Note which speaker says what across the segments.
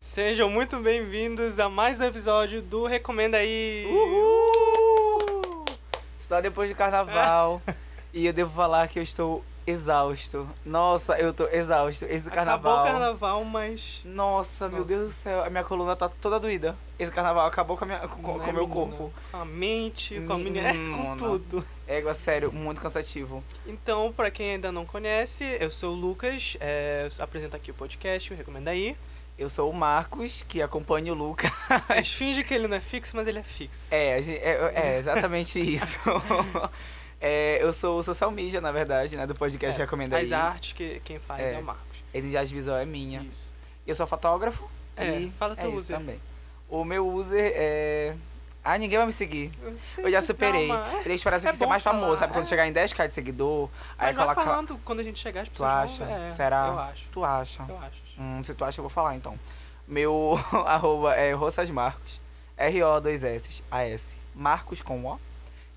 Speaker 1: Sejam muito bem-vindos a mais um episódio do Recomenda aí.
Speaker 2: Uhul! Só depois de carnaval. e eu devo falar que eu estou exausto. Nossa, eu tô exausto. Esse carnaval.
Speaker 1: Acabou o carnaval, mas
Speaker 2: Nossa, meu
Speaker 1: Nossa.
Speaker 2: Deus do céu, a minha coluna tá toda doída. Esse carnaval acabou com, a minha, com, com
Speaker 1: né,
Speaker 2: o meu
Speaker 1: menina?
Speaker 2: corpo.
Speaker 1: com a mente, com a menina, com
Speaker 2: Menina.
Speaker 1: tudo.
Speaker 2: Égua, sério, muito cansativo.
Speaker 1: Então, pra quem ainda não conhece, eu sou o Lucas, é, eu apresento aqui o podcast, o Recomenda aí.
Speaker 2: Eu sou o Marcos, que acompanha o Lucas.
Speaker 1: Mas finge que ele não é fixo, mas ele é fixo.
Speaker 2: É, a gente- é, é exatamente isso. É, eu sou o social media, na verdade, né? Do podcast Recomenda
Speaker 1: É, As
Speaker 2: aí.
Speaker 1: artes que quem faz é,
Speaker 2: É.
Speaker 1: o Marcos.
Speaker 2: Ele já as visual é minha.
Speaker 1: Isso.
Speaker 2: Eu sou fotógrafo.
Speaker 1: É,
Speaker 2: e
Speaker 1: fala teu
Speaker 2: é isso
Speaker 1: user.
Speaker 2: também. O meu user é. Ah, ninguém vai me seguir. Eu já superei.
Speaker 1: Não, mas-
Speaker 2: Teria que esperar
Speaker 1: É
Speaker 2: você ser
Speaker 1: bom
Speaker 2: mais famoso,
Speaker 1: falar,
Speaker 2: sabe? Quando
Speaker 1: é.
Speaker 2: chegar em 10k de seguidor, aí
Speaker 1: Mas vai
Speaker 2: coloca.
Speaker 1: falando, quando a gente chegar, as
Speaker 2: Tu
Speaker 1: pessoas
Speaker 2: acha?
Speaker 1: vão... é,
Speaker 2: Será?
Speaker 1: Eu acho,
Speaker 2: Tu acha?
Speaker 1: eu acho.
Speaker 2: Hum, se tu acha, eu vou falar então. Meu arroba é Rossas Marcos, R-O-2-S-A-S, Marcos com O.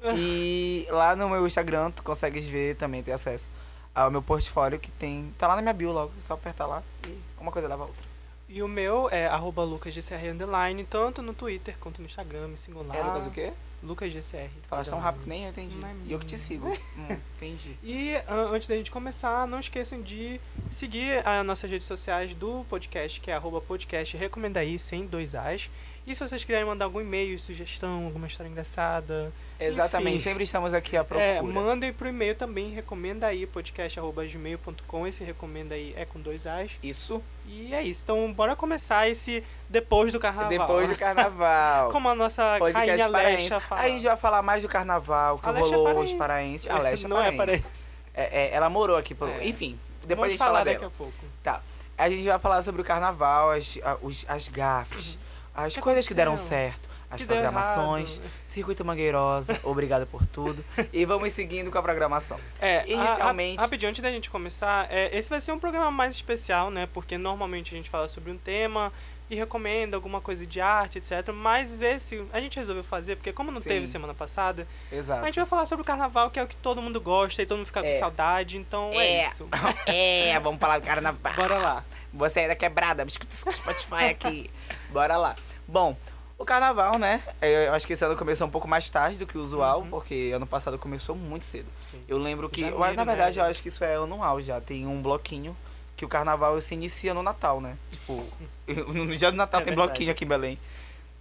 Speaker 2: E lá no meu Instagram tu consegues ver também, ter acesso ao meu portfólio que tem. Tá lá na minha bio logo, é só apertar lá e uma coisa leva a outra.
Speaker 1: E o meu é arroba lucasgcr underline, tanto no Twitter quanto no Instagram, me sigam lá.
Speaker 2: É, Lucas, o quê?
Speaker 1: LucasGCR. Então,
Speaker 2: Tu falaste tão rápido né? que nem eu entendi.
Speaker 1: Não é
Speaker 2: E eu que te
Speaker 1: minha.
Speaker 2: sigo. Hum, entendi.
Speaker 1: E an- antes da gente começar, não esqueçam de seguir as nossas redes sociais do podcast, que é arroba podcast recomenda aí, sem dois as. E se vocês quiserem mandar algum e-mail, sugestão, alguma história engraçada,
Speaker 2: Exatamente,
Speaker 1: Enfim.
Speaker 2: sempre estamos aqui à procura.
Speaker 1: é, mandem pro e-mail também, recomenda aí, podcast arroba gmail.com, esse recomenda aí é com dois as.
Speaker 2: Isso
Speaker 1: E é isso, então bora começar esse depois do carnaval.
Speaker 2: depois do carnaval.
Speaker 1: Como a nossa
Speaker 2: Podcast
Speaker 1: rainha
Speaker 2: paraense.
Speaker 1: Alexa fala.
Speaker 2: Aí a gente vai falar mais do carnaval, que
Speaker 1: Alexa é
Speaker 2: rolou
Speaker 1: paraense.
Speaker 2: os paraenses. A Alexa
Speaker 1: não é paraense.
Speaker 2: É, é, ela morou aqui por.
Speaker 1: É.
Speaker 2: Enfim, depois
Speaker 1: Vamos
Speaker 2: a gente
Speaker 1: falar
Speaker 2: fala
Speaker 1: daqui
Speaker 2: dela. Tá.
Speaker 1: a pouco.
Speaker 2: A gente vai falar sobre o carnaval, as, a- os, as gafes, as
Speaker 1: Uhum. que
Speaker 2: coisas que deram
Speaker 1: aconteceu?
Speaker 2: certo, as
Speaker 1: Que deu
Speaker 2: programações,
Speaker 1: errado.
Speaker 2: Circuito Mangueirosa, obrigado por tudo. E vamos seguindo com a programação.
Speaker 1: É,
Speaker 2: Inicialmente-
Speaker 1: a- a- Rapidinho, antes da gente começar, é, esse vai ser um programa mais especial, né? Porque normalmente a gente fala sobre um tema e recomenda alguma coisa de arte, etc. Mas esse a gente resolveu fazer, porque como não
Speaker 2: Sim.
Speaker 1: teve semana passada, a gente
Speaker 2: Exato.
Speaker 1: vai falar sobre o carnaval, que é o que todo mundo gosta e todo mundo fica com
Speaker 2: É.
Speaker 1: saudade, então é,
Speaker 2: É.
Speaker 1: isso.
Speaker 2: É, vamos falar do carnaval.
Speaker 1: Bora lá.
Speaker 2: Você ainda quebrada, me escuta esse Spotify aqui. Bora lá. Bom, o carnaval, né? Eu eu acho que esse ano começou um pouco mais tarde do que o usual,
Speaker 1: Uhum.
Speaker 2: porque ano passado começou muito cedo.
Speaker 1: Sim.
Speaker 2: Eu lembro que.
Speaker 1: Janeiro,
Speaker 2: mas, na
Speaker 1: né,
Speaker 2: verdade, eu
Speaker 1: gente?
Speaker 2: acho que isso é anual já. Tem um bloquinho que o carnaval se inicia no Natal, né? Tipo, no dia do Natal
Speaker 1: É
Speaker 2: tem
Speaker 1: verdade.
Speaker 2: bloquinho aqui em Belém.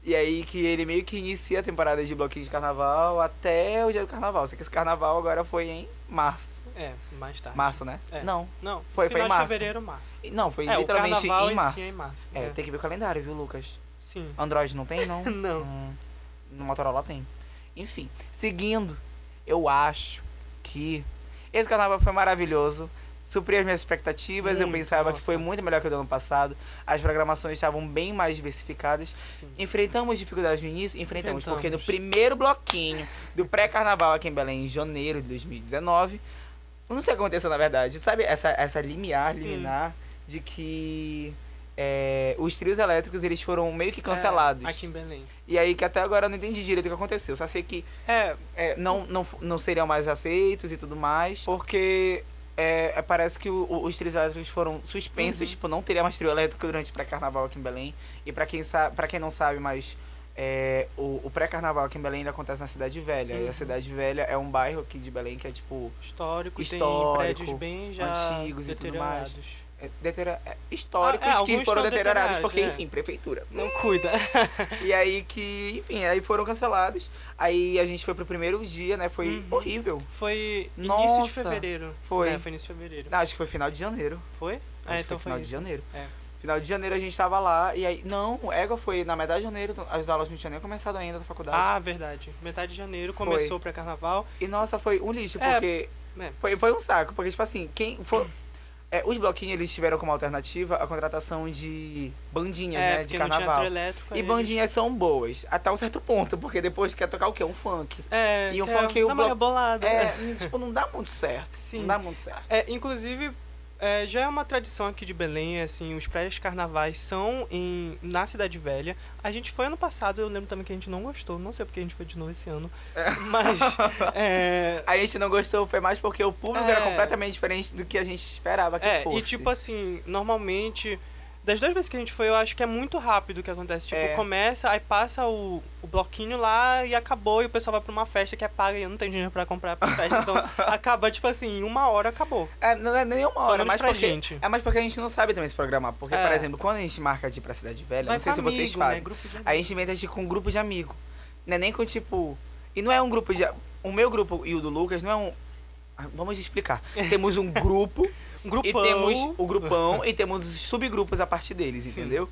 Speaker 2: E aí que ele meio que inicia a temporada de bloquinho de carnaval até o dia do carnaval. Só que esse carnaval agora foi em março.
Speaker 1: É, mais tarde.
Speaker 2: Março, né?
Speaker 1: É.
Speaker 2: Não.
Speaker 1: Não,
Speaker 2: Foi-
Speaker 1: final
Speaker 2: foi em março.
Speaker 1: de fevereiro, março.
Speaker 2: Não, foi
Speaker 1: é,
Speaker 2: literalmente
Speaker 1: o carnaval
Speaker 2: em
Speaker 1: si
Speaker 2: março.
Speaker 1: é em março.
Speaker 2: É,
Speaker 1: né?
Speaker 2: tem que ver o calendário, viu, Lucas?
Speaker 1: Sim.
Speaker 2: Android não tem, não?
Speaker 1: Não.
Speaker 2: Hum, no Motorola tem. Enfim, seguindo, eu acho que esse carnaval foi maravilhoso. Supriu as minhas expectativas, eu
Speaker 1: Muito,
Speaker 2: pensava que foi
Speaker 1: Hum, nossa.
Speaker 2: muito melhor que o do ano passado. As programações estavam bem mais diversificadas.
Speaker 1: Sim.
Speaker 2: Enfrentamos dificuldades no início? Enfrentamos, porque no
Speaker 1: Enfrentamos.
Speaker 2: primeiro bloquinho do pré-carnaval aqui em Belém, em janeiro de 2019, eu não sei o que aconteceu na verdade, sabe? Essa, essa limiar,
Speaker 1: Sim.
Speaker 2: liminar, de que é, os trios elétricos eles foram meio que cancelados.
Speaker 1: É, aqui em Belém.
Speaker 2: E aí que até agora eu não entendi direito o que aconteceu, só sei que
Speaker 1: É,
Speaker 2: é, não, não, f- não seriam mais aceitos e tudo mais, porque é, é, parece que o- o- os trios elétricos foram suspensos,
Speaker 1: Uhum.
Speaker 2: tipo, não teria mais trio elétrico durante o pré-carnaval aqui em Belém. E pra quem, sa pra quem não sabe, mas é, o, o pré-carnaval aqui em Belém ainda acontece na Cidade Velha. E
Speaker 1: Uhum.
Speaker 2: a Cidade Velha é um bairro aqui de Belém que é, tipo,
Speaker 1: histórico,
Speaker 2: Histórico,
Speaker 1: tem prédios bem já
Speaker 2: antigos e tudo
Speaker 1: deteriorados.
Speaker 2: é, deteriora- é, históricos
Speaker 1: Ah, é,
Speaker 2: que
Speaker 1: alguns estão
Speaker 2: foram deteriorados,
Speaker 1: deteriorados,
Speaker 2: porque,
Speaker 1: é.
Speaker 2: enfim, prefeitura.
Speaker 1: Não cuida.
Speaker 2: E aí que, enfim, aí foram cancelados. Aí a gente foi pro primeiro dia, né? Foi
Speaker 1: Uhum.
Speaker 2: horrível.
Speaker 1: Foi início de
Speaker 2: Nossa,
Speaker 1: fevereiro.
Speaker 2: foi.
Speaker 1: É, foi início de fevereiro.
Speaker 2: Não, acho que foi final de janeiro.
Speaker 1: Foi?
Speaker 2: Acho
Speaker 1: Ah,
Speaker 2: que
Speaker 1: então
Speaker 2: foi final
Speaker 1: foi.
Speaker 2: de
Speaker 1: isso.
Speaker 2: janeiro.
Speaker 1: É.
Speaker 2: Final de janeiro a gente tava lá e aí. Não, o Égua foi na metade de janeiro, as aulas não tinham nem começado ainda da faculdade.
Speaker 1: Ah, verdade. Metade de janeiro
Speaker 2: Foi.
Speaker 1: começou pra carnaval.
Speaker 2: E nossa, foi um lixo,
Speaker 1: É.
Speaker 2: porque.
Speaker 1: É.
Speaker 2: Foi, foi um saco, porque, tipo assim, quem for. é, os bloquinhos eles tiveram como alternativa a contratação de bandinhas,
Speaker 1: é,
Speaker 2: né?
Speaker 1: porque
Speaker 2: De
Speaker 1: não tinha trio
Speaker 2: carnaval.
Speaker 1: elétrico. aí
Speaker 2: E
Speaker 1: eles-
Speaker 2: bandinhas são boas, até um certo ponto, porque depois quer tocar o quê? Um funk.
Speaker 1: É,
Speaker 2: e o
Speaker 1: que
Speaker 2: funk
Speaker 1: é,
Speaker 2: e o
Speaker 1: dá
Speaker 2: bloco-
Speaker 1: uma bolada.
Speaker 2: É, tipo, não dá muito certo.
Speaker 1: Sim.
Speaker 2: Não dá muito certo.
Speaker 1: É, inclusive, é, já é uma tradição aqui de Belém, assim, os prédios carnavais são em, na Cidade Velha. A gente foi ano passado, eu lembro também que a gente não gostou, não sei porque a gente foi de novo esse ano. Mas, é,
Speaker 2: A gente não gostou, foi mais porque o público
Speaker 1: É.
Speaker 2: era completamente diferente do que a gente esperava que
Speaker 1: é,
Speaker 2: fosse.
Speaker 1: e tipo assim, normalmente Das duas vezes que a gente foi, eu acho que é muito rápido o que acontece. Tipo,
Speaker 2: É.
Speaker 1: começa, aí passa o, o bloquinho lá e acabou, e o pessoal vai pra uma festa que é paga e eu não tenho dinheiro pra comprar pra festa. Então acaba, tipo assim, em uma hora acabou.
Speaker 2: É, não é nem uma hora,
Speaker 1: menos
Speaker 2: mas
Speaker 1: pra
Speaker 2: porque,
Speaker 1: gente.
Speaker 2: É mais porque a gente não sabe também se programar. Porque,
Speaker 1: É.
Speaker 2: por exemplo, quando a gente marca de ir pra Cidade Velha,
Speaker 1: Vai
Speaker 2: não sei
Speaker 1: com
Speaker 2: se vocês
Speaker 1: amigo, né?
Speaker 2: fazem.
Speaker 1: Grupo de
Speaker 2: A gente inventa de ir com um grupo de amigo. Não é nem com tipo. E não é um grupo de. O meu grupo e o do Lucas não é um. Ah, Vamos explicar. Temos um grupo
Speaker 1: Um grupão.
Speaker 2: e temos o grupão e temos os subgrupos a partir deles, entendeu?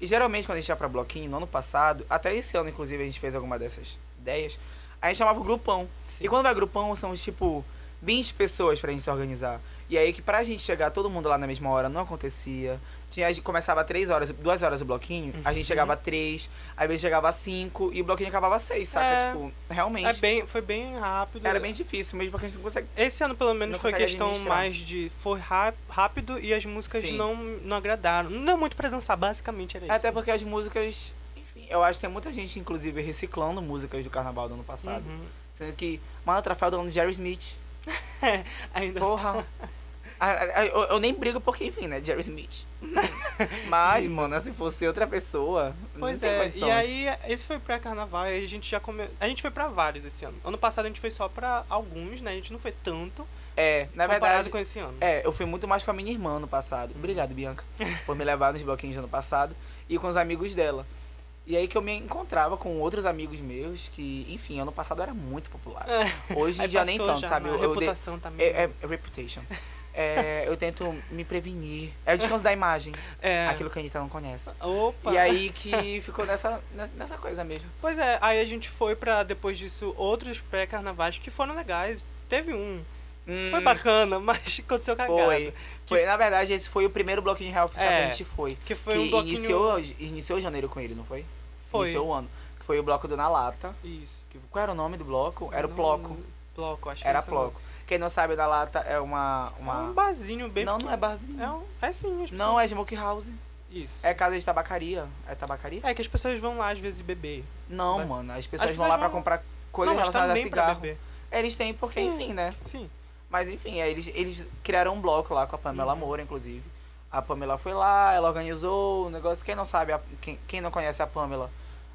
Speaker 2: E geralmente quando a gente ia pra bloquinho, no ano passado, até esse ano inclusive a gente fez alguma dessas ideias, a gente chamava o grupão. E quando vai grupão são tipo 20 pessoas pra gente se organizar. E aí que pra gente chegar todo mundo lá na mesma hora não acontecia. Tinha, a gente começava 3 horas, 2 horas o bloquinho, a
Speaker 1: Uhum.
Speaker 2: gente chegava 3, às vezes chegava 5 e o bloquinho acabava 6, saca?
Speaker 1: É.
Speaker 2: Tipo, realmente
Speaker 1: É bem, foi bem rápido.
Speaker 2: era bem difícil, mesmo porque a gente não consegue.
Speaker 1: Esse ano, pelo menos,
Speaker 2: Não
Speaker 1: foi
Speaker 2: consegue
Speaker 1: questão
Speaker 2: administrar.
Speaker 1: mais de. Foi ra- rápido e as músicas
Speaker 2: Sim.
Speaker 1: não, não agradaram. Não deu muito pra dançar, basicamente era isso.
Speaker 2: Até porque as músicas, enfim, eu acho que tem muita gente, inclusive, reciclando músicas do carnaval do ano passado.
Speaker 1: Uhum.
Speaker 2: Sendo que Mano Trafalgar do ano Jerry Smith.
Speaker 1: Ainda.
Speaker 2: Porra! A- a- a- eu, eu nem brigo porque, enfim, né? Jerry Smith. Mas, mano, se fosse outra pessoa.
Speaker 1: Pois
Speaker 2: não tem
Speaker 1: é,
Speaker 2: condições.
Speaker 1: e aí esse foi pra carnaval e a gente já come... A gente foi pra vários esse ano. Ano passado a gente foi só pra alguns, né? A gente não foi tanto
Speaker 2: É, na
Speaker 1: comparado
Speaker 2: verdade.
Speaker 1: com esse ano.
Speaker 2: É, eu fui muito mais com a minha irmã no passado. Obrigado, Bianca, por me levar nos bloquinhos do ano passado e com os amigos dela. E aí que eu me encontrava com outros amigos meus que, enfim, ano passado eu era muito popular. Hoje em
Speaker 1: É. Aí
Speaker 2: dia nem
Speaker 1: passou
Speaker 2: tanto,
Speaker 1: já,
Speaker 2: sabe?
Speaker 1: A
Speaker 2: Eu, eu de-
Speaker 1: reputação tá também.
Speaker 2: É, é- é reputation. É, eu tento me prevenir. É o descanso da imagem.
Speaker 1: É.
Speaker 2: Aquilo que a Anitta não conhece.
Speaker 1: Opa!
Speaker 2: E aí que ficou nessa, nessa- nessa coisa mesmo.
Speaker 1: Pois é, aí a gente foi pra, depois disso, outros pré-carnavais que foram legais. Teve um. Foi
Speaker 2: Hum,
Speaker 1: bacana, mas aconteceu cagado.
Speaker 2: Foi. Foi, Na verdade, esse foi o primeiro bloquinho real oficial que
Speaker 1: É.
Speaker 2: a gente foi.
Speaker 1: Que foi
Speaker 2: que
Speaker 1: um bloquinho...
Speaker 2: Iniciou, iniciou janeiro com ele, não foi?
Speaker 1: Foi.
Speaker 2: Iniciou o ano. Que foi o bloco do Na Lata.
Speaker 1: Isso.
Speaker 2: Que- Qual era o nome do bloco? Era o
Speaker 1: Não-
Speaker 2: Ploco.
Speaker 1: Ploco, acho que
Speaker 2: Era
Speaker 1: esse é o nome.
Speaker 2: Ploco. Quem não sabe, o Na Lata é uma.
Speaker 1: É um
Speaker 2: uma...
Speaker 1: barzinho bem...
Speaker 2: Não, não é barzinho.
Speaker 1: É, um... é sim. as
Speaker 2: Não, é Smoke House.
Speaker 1: pessoas- Isso.
Speaker 2: É casa de tabacaria. É tabacaria?
Speaker 1: É que as pessoas vão lá às vezes beber.
Speaker 2: Não,
Speaker 1: Mas-
Speaker 2: mano, as pessoas
Speaker 1: pessoas
Speaker 2: vão lá pra
Speaker 1: vão-
Speaker 2: comprar coisas
Speaker 1: não, mas
Speaker 2: relacionadas a
Speaker 1: também pra
Speaker 2: cigarro.
Speaker 1: beber.
Speaker 2: Eles têm, porque,
Speaker 1: Sim.
Speaker 2: enfim, né?
Speaker 1: Sim.
Speaker 2: Mas enfim, aí eles, eles criaram um bloco lá com a Pamela
Speaker 1: Uhum.
Speaker 2: Moura, inclusive. A Pamela foi lá, ela organizou o negócio. Quem não sabe, a- quem, quem não conhece a Pamela,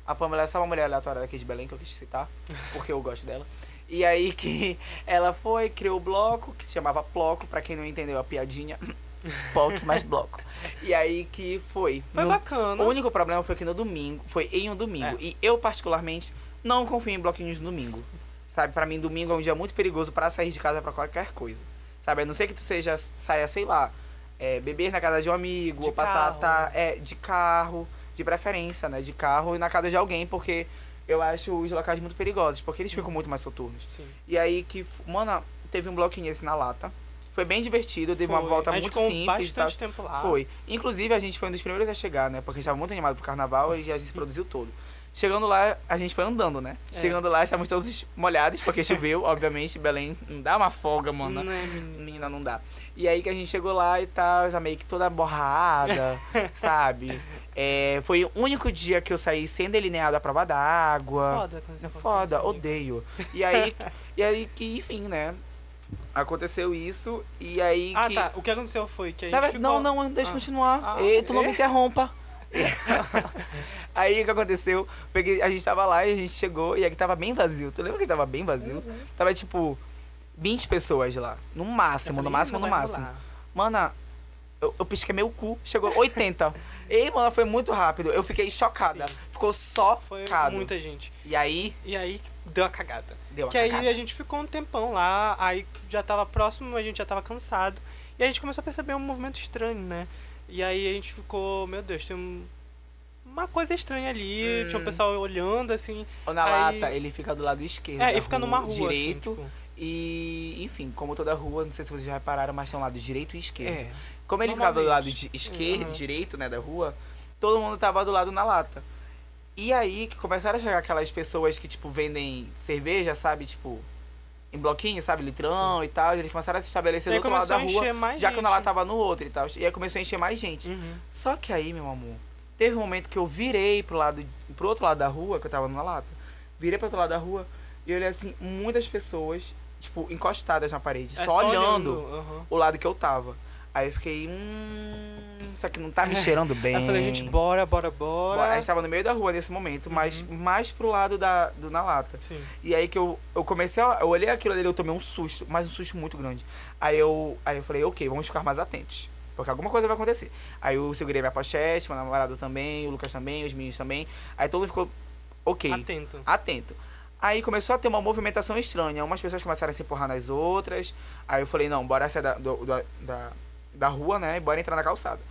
Speaker 2: a Pamela é só uma mulher aleatória daqui de Belém que eu quis citar, porque eu gosto dela. E aí que ela foi, criou o bloco, que se chamava Ploco, pra quem não entendeu a piadinha. Ploco mais bloco. E aí que foi.
Speaker 1: Foi
Speaker 2: No-
Speaker 1: bacana.
Speaker 2: o único problema foi que no domingo, foi em um domingo.
Speaker 1: É.
Speaker 2: E eu, particularmente, não confio em bloquinhos no domingo. Sabe, pra mim, domingo é um dia muito perigoso pra sair de casa pra qualquer coisa. Sabe, a não ser que tu seja, saia, sei lá, é, beber na casa de um amigo,
Speaker 1: De
Speaker 2: ou passar
Speaker 1: carro, né?
Speaker 2: tá, é, de carro, de preferência, né? De carro e na casa de alguém, porque eu acho os locais muito perigosos, porque eles ficam muito mais soturnos.
Speaker 1: Sim.
Speaker 2: E aí que, mano, teve um bloquinho esse na lata. Foi bem divertido, teve uma
Speaker 1: Foi.
Speaker 2: volta
Speaker 1: a gente
Speaker 2: muito
Speaker 1: ficou um
Speaker 2: simples. e tal.
Speaker 1: bastante tempo lá.
Speaker 2: Foi. Inclusive, a gente foi um dos primeiros a chegar, né? Porque a gente tava muito animado pro carnaval e a gente se produziu todo. Chegando lá, a gente foi andando, né?
Speaker 1: É.
Speaker 2: Chegando lá, estávamos todos molhados, porque choveu, obviamente. Belém não dá uma folga, mano.
Speaker 1: Né, menino?
Speaker 2: Menina, não dá. E aí que a gente chegou lá e tal, já meio que toda borrada, sabe? É, foi o único dia que eu saí sem delineado a prova d'água.
Speaker 1: Foda. quando você
Speaker 2: É
Speaker 1: for
Speaker 2: foda,
Speaker 1: fazer isso.
Speaker 2: odeio. E aí, e aí que, enfim, né? Aconteceu isso, e aí
Speaker 1: Ah,
Speaker 2: que.
Speaker 1: tá. O que aconteceu foi que a gente
Speaker 2: Na verdade-
Speaker 1: ficou...
Speaker 2: não, não,
Speaker 1: Ah.
Speaker 2: deixa eu continuar.
Speaker 1: Ah,
Speaker 2: Ei, tu não
Speaker 1: é?
Speaker 2: me interrompa. aí o que aconteceu? Peguei, a gente tava lá e a gente chegou e aqui tava bem vazio. Tu lembra que tava bem vazio?
Speaker 1: Uhum.
Speaker 2: Tava tipo 20 pessoas lá. No máximo, no
Speaker 1: Ih,
Speaker 2: máximo, no
Speaker 1: não vai
Speaker 2: máximo.
Speaker 1: rolar.
Speaker 2: Mana, eu, eu pisquei meu cu, chegou 80. Ei, mano, foi muito rápido. Eu fiquei chocada.
Speaker 1: Sim.
Speaker 2: Ficou só
Speaker 1: Foi
Speaker 2: focado.
Speaker 1: muita gente.
Speaker 2: E aí,
Speaker 1: E aí deu a cagada.
Speaker 2: deu
Speaker 1: que
Speaker 2: a
Speaker 1: aí
Speaker 2: cagada.
Speaker 1: a gente ficou um tempão lá, aí já tava próximo, a gente já tava cansado. E a gente começou a perceber um movimento estranho, né? E aí a gente ficou, meu Deus, tem um- uma coisa estranha ali.
Speaker 2: Hum.
Speaker 1: Tinha o pessoal olhando, assim.
Speaker 2: Ou na
Speaker 1: aí-
Speaker 2: lata, ele fica do lado esquerdo.
Speaker 1: É,
Speaker 2: um da
Speaker 1: e fica numa rua, assim,
Speaker 2: Direito.
Speaker 1: tipo.
Speaker 2: E, enfim, como toda rua, não sei se vocês já repararam, mas tem um lado direito e esquerdo.
Speaker 1: É.
Speaker 2: Como ele ficava do lado
Speaker 1: Normalmente.
Speaker 2: de esquerdo,
Speaker 1: Uhum.
Speaker 2: direito, né, da rua, todo mundo tava do lado na lata. E aí que começaram a chegar aquelas pessoas que, tipo, vendem cerveja, sabe? Tipo, em bloquinho, sabe? Litrão e tal. Eles começaram a se
Speaker 1: E
Speaker 2: estabelecer do
Speaker 1: aí
Speaker 2: outro lado da
Speaker 1: começou a
Speaker 2: rua,
Speaker 1: encher mais
Speaker 2: já tá que o
Speaker 1: gente.
Speaker 2: na lata tava no outro e tal. E aí começou a encher mais gente.
Speaker 1: Uhum.
Speaker 2: Só que aí, meu amor, teve um momento que eu virei pro lado, pro outro lado da rua, que eu tava na lata, virei pro outro lado da rua e olhei assim, muitas pessoas, tipo, encostadas na parede,
Speaker 1: É,
Speaker 2: só, olhando
Speaker 1: aham.
Speaker 2: o lado que eu tava. Aí eu fiquei, hum, isso aqui não tá me cheirando bem.
Speaker 1: É. Aí eu falei, gente, bora, Uhum. bora, bora.
Speaker 2: A gente tava no meio da rua nesse momento, mas mais pro lado da, do Na Lata.
Speaker 1: Sim.
Speaker 2: E aí que eu, eu comecei a. Eu olhei aquilo ali, eu tomei um susto, mas um susto muito grande. Aí eu, aí eu falei, ok, vamos ficar mais atentos. Porque alguma coisa vai acontecer. Aí eu segurei minha pochete, meu namorado também, o Lucas também, os meninos também. Aí todo mundo ficou ok, atento.
Speaker 1: Atento.
Speaker 2: Aí começou a ter uma movimentação estranha. Umas pessoas começaram a se empurrar nas outras. Aí eu falei, não, bora sair da, do- da, da, da rua, né? E bora entrar na calçada.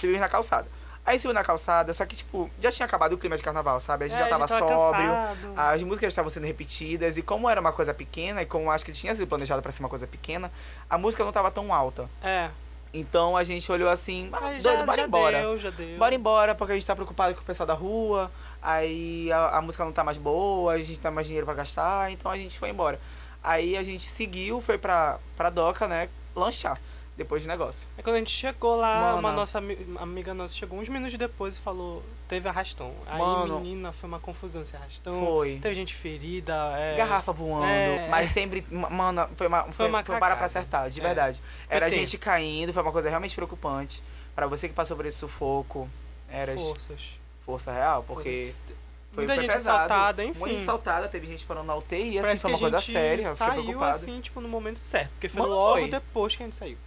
Speaker 2: Subimos na calçada. Aí subimos na calçada, só que, tipo, já tinha acabado o clima de carnaval, sabe? A gente
Speaker 1: É,
Speaker 2: já tava, sóbrio.
Speaker 1: cansado.
Speaker 2: As músicas estavam sendo repetidas e como era uma coisa pequena e como acho que tinha sido planejado para ser uma coisa pequena, a música não estava tão alta.
Speaker 1: É.
Speaker 2: Então a gente olhou assim, ah,
Speaker 1: Aí
Speaker 2: doido,
Speaker 1: já,
Speaker 2: bora
Speaker 1: já
Speaker 2: embora.
Speaker 1: Deu, já deu.
Speaker 2: Bora embora, porque a gente tá preocupado com o pessoal da rua, aí a, a música não tá mais boa, a gente tá mais dinheiro pra gastar, então a gente foi embora. Aí a gente seguiu, foi pra, pra Doca, né, lanchar, depois do negócio.
Speaker 1: Aí É quando a gente chegou lá, uma
Speaker 2: Mano.
Speaker 1: nossa ami- amiga nossa chegou uns minutos depois e falou, teve arrastão. Aí,
Speaker 2: Mano.
Speaker 1: menina, foi uma confusão esse arrastão.
Speaker 2: Foi.
Speaker 1: Teve gente ferida, é...
Speaker 2: Garrafa voando,
Speaker 1: É.
Speaker 2: mas sempre, ma- mano, foi uma, foi,
Speaker 1: uma
Speaker 2: foi um parar
Speaker 1: cagada.
Speaker 2: pra acertar, de
Speaker 1: É.
Speaker 2: verdade.
Speaker 1: Foi
Speaker 2: Era
Speaker 1: tenso.
Speaker 2: gente caindo, foi uma coisa realmente preocupante. Pra você que passou por esse sufoco, era
Speaker 1: forças.
Speaker 2: força real, porque foi,
Speaker 1: Muita
Speaker 2: foi
Speaker 1: gente
Speaker 2: pesado.
Speaker 1: assaltada, enfim.
Speaker 2: Muita assaltada, teve gente parando na UTI, assim,
Speaker 1: Parece
Speaker 2: foi uma
Speaker 1: que a
Speaker 2: coisa
Speaker 1: gente
Speaker 2: séria, eu fiquei
Speaker 1: saiu
Speaker 2: preocupado.
Speaker 1: assim, tipo, no momento certo. Porque foi
Speaker 2: Mano,
Speaker 1: logo
Speaker 2: foi.
Speaker 1: depois que a gente saiu.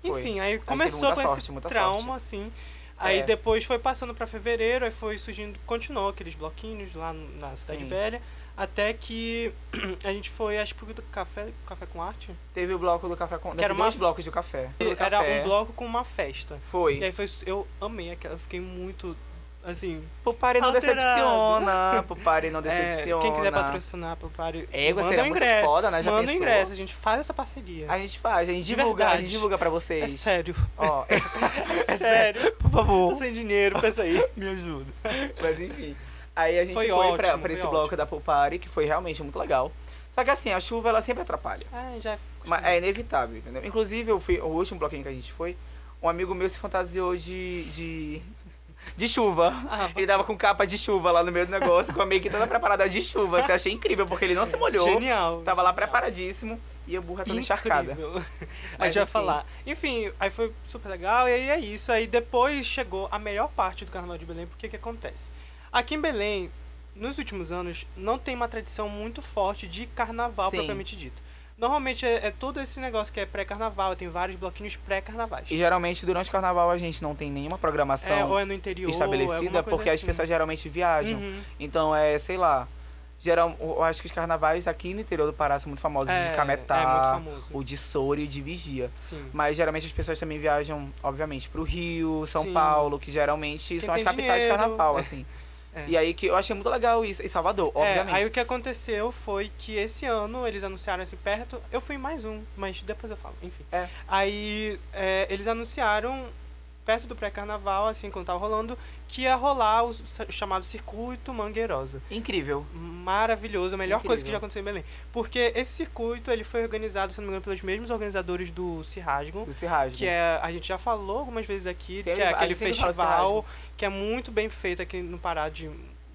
Speaker 2: Foi.
Speaker 1: Enfim, aí
Speaker 2: teve
Speaker 1: começou
Speaker 2: muita
Speaker 1: com
Speaker 2: sorte,
Speaker 1: esse
Speaker 2: muita
Speaker 1: trauma, assim. Aí
Speaker 2: É.
Speaker 1: depois foi passando pra fevereiro, aí foi surgindo, continuou aqueles bloquinhos lá no- na Cidade
Speaker 2: Sim.
Speaker 1: Velha. Até que a gente foi, acho que do café, café com arte.
Speaker 2: Teve o bloco do café com...
Speaker 1: Que era
Speaker 2: Teve dois
Speaker 1: uma-
Speaker 2: blocos de café. Do
Speaker 1: Era
Speaker 2: café.
Speaker 1: um bloco é com uma festa.
Speaker 2: Foi.
Speaker 1: E aí foi, eu amei aquela, eu fiquei muito, assim...
Speaker 2: Pupari não
Speaker 1: Alterado.
Speaker 2: decepciona, Pupari não
Speaker 1: é,
Speaker 2: decepciona.
Speaker 1: quem quiser patrocinar pro Pari,
Speaker 2: É, você
Speaker 1: manda
Speaker 2: era
Speaker 1: o
Speaker 2: muito
Speaker 1: ingresso.
Speaker 2: foda, né? Já
Speaker 1: manda o
Speaker 2: pensou?
Speaker 1: ingresso, a gente faz essa parceria.
Speaker 2: A gente faz, a gente
Speaker 1: De
Speaker 2: divulga, a gente
Speaker 1: verdade.
Speaker 2: divulga pra vocês.
Speaker 1: É sério,
Speaker 2: Ó,
Speaker 1: é sério.
Speaker 2: por favor.
Speaker 1: Tô sem dinheiro pra sair.
Speaker 2: Me ajuda. Mas enfim. Aí a gente
Speaker 1: Foi
Speaker 2: foi,
Speaker 1: ótimo,
Speaker 2: pra, pra
Speaker 1: foi
Speaker 2: esse
Speaker 1: ótimo.
Speaker 2: bloco da Pupari, que foi realmente muito legal. Só que assim, a chuva ela sempre atrapalha.
Speaker 1: Ah, já...
Speaker 2: Mas é inevitável, entendeu? Inclusive, eu fui, o último bloquinho que a gente foi, um amigo meu se fantasiou de. de. de chuva.
Speaker 1: Ah,
Speaker 2: Ele tava com capa de chuva lá no meio do negócio, com a make toda preparada de chuva. Você achei incrível, porque ele não se molhou.
Speaker 1: Genial.
Speaker 2: Tava lá
Speaker 1: genial.
Speaker 2: preparadíssimo e a burra
Speaker 1: Incrível.
Speaker 2: toda encharcada.
Speaker 1: A
Speaker 2: Mas
Speaker 1: gente vai
Speaker 2: enfim.
Speaker 1: falar. Enfim, aí foi super legal, e aí é isso. Aí depois chegou a melhor parte do Carnaval de Belém, porque que acontece? Aqui em Belém, nos últimos anos, não tem uma tradição muito forte de carnaval
Speaker 2: Sim.
Speaker 1: propriamente dito. Normalmente é, é todo esse negócio que é pré-carnaval, tem vários bloquinhos pré-carnavais.
Speaker 2: E geralmente durante o carnaval a gente não tem nenhuma programação
Speaker 1: É, ou é no interior, ou é
Speaker 2: estabelecida,
Speaker 1: alguma coisa
Speaker 2: porque as
Speaker 1: assim.
Speaker 2: pessoas geralmente viajam.
Speaker 1: Uhum.
Speaker 2: Então é, sei lá. Geral, eu acho que os carnavais aqui no interior do Pará são muito famosos de Cametá,
Speaker 1: é muito famoso.
Speaker 2: o de Soura e o de Vigia.
Speaker 1: Sim.
Speaker 2: Mas geralmente as pessoas também viajam, obviamente, pro Rio, São
Speaker 1: Sim.
Speaker 2: Paulo, que geralmente são
Speaker 1: tem
Speaker 2: as capitais
Speaker 1: dinheiro.
Speaker 2: de carnaval, assim.
Speaker 1: É.
Speaker 2: E aí que eu achei muito legal isso. E Salvador,
Speaker 1: É,
Speaker 2: obviamente.
Speaker 1: aí o que aconteceu foi que esse ano eles anunciaram assim perto. Eu fui em mais um, mas depois eu falo, enfim.
Speaker 2: É.
Speaker 1: Aí é, eles anunciaram perto do pré-carnaval, assim, quando tava rolando, que ia rolar o s- chamado Circuito Mangueirosa.
Speaker 2: Incrível.
Speaker 1: Maravilhoso, a melhor
Speaker 2: Incrível.
Speaker 1: coisa que já aconteceu em Belém. Porque esse circuito ele foi organizado, se não me engano, pelos mesmos organizadores do Cirrasgo.
Speaker 2: Do Cirrasgo.
Speaker 1: Que é, a gente já falou algumas vezes aqui, que
Speaker 2: Sempre-
Speaker 1: é
Speaker 2: a gente
Speaker 1: aquele
Speaker 2: sempre fala
Speaker 1: festival que é muito bem feito aqui no Pará. De,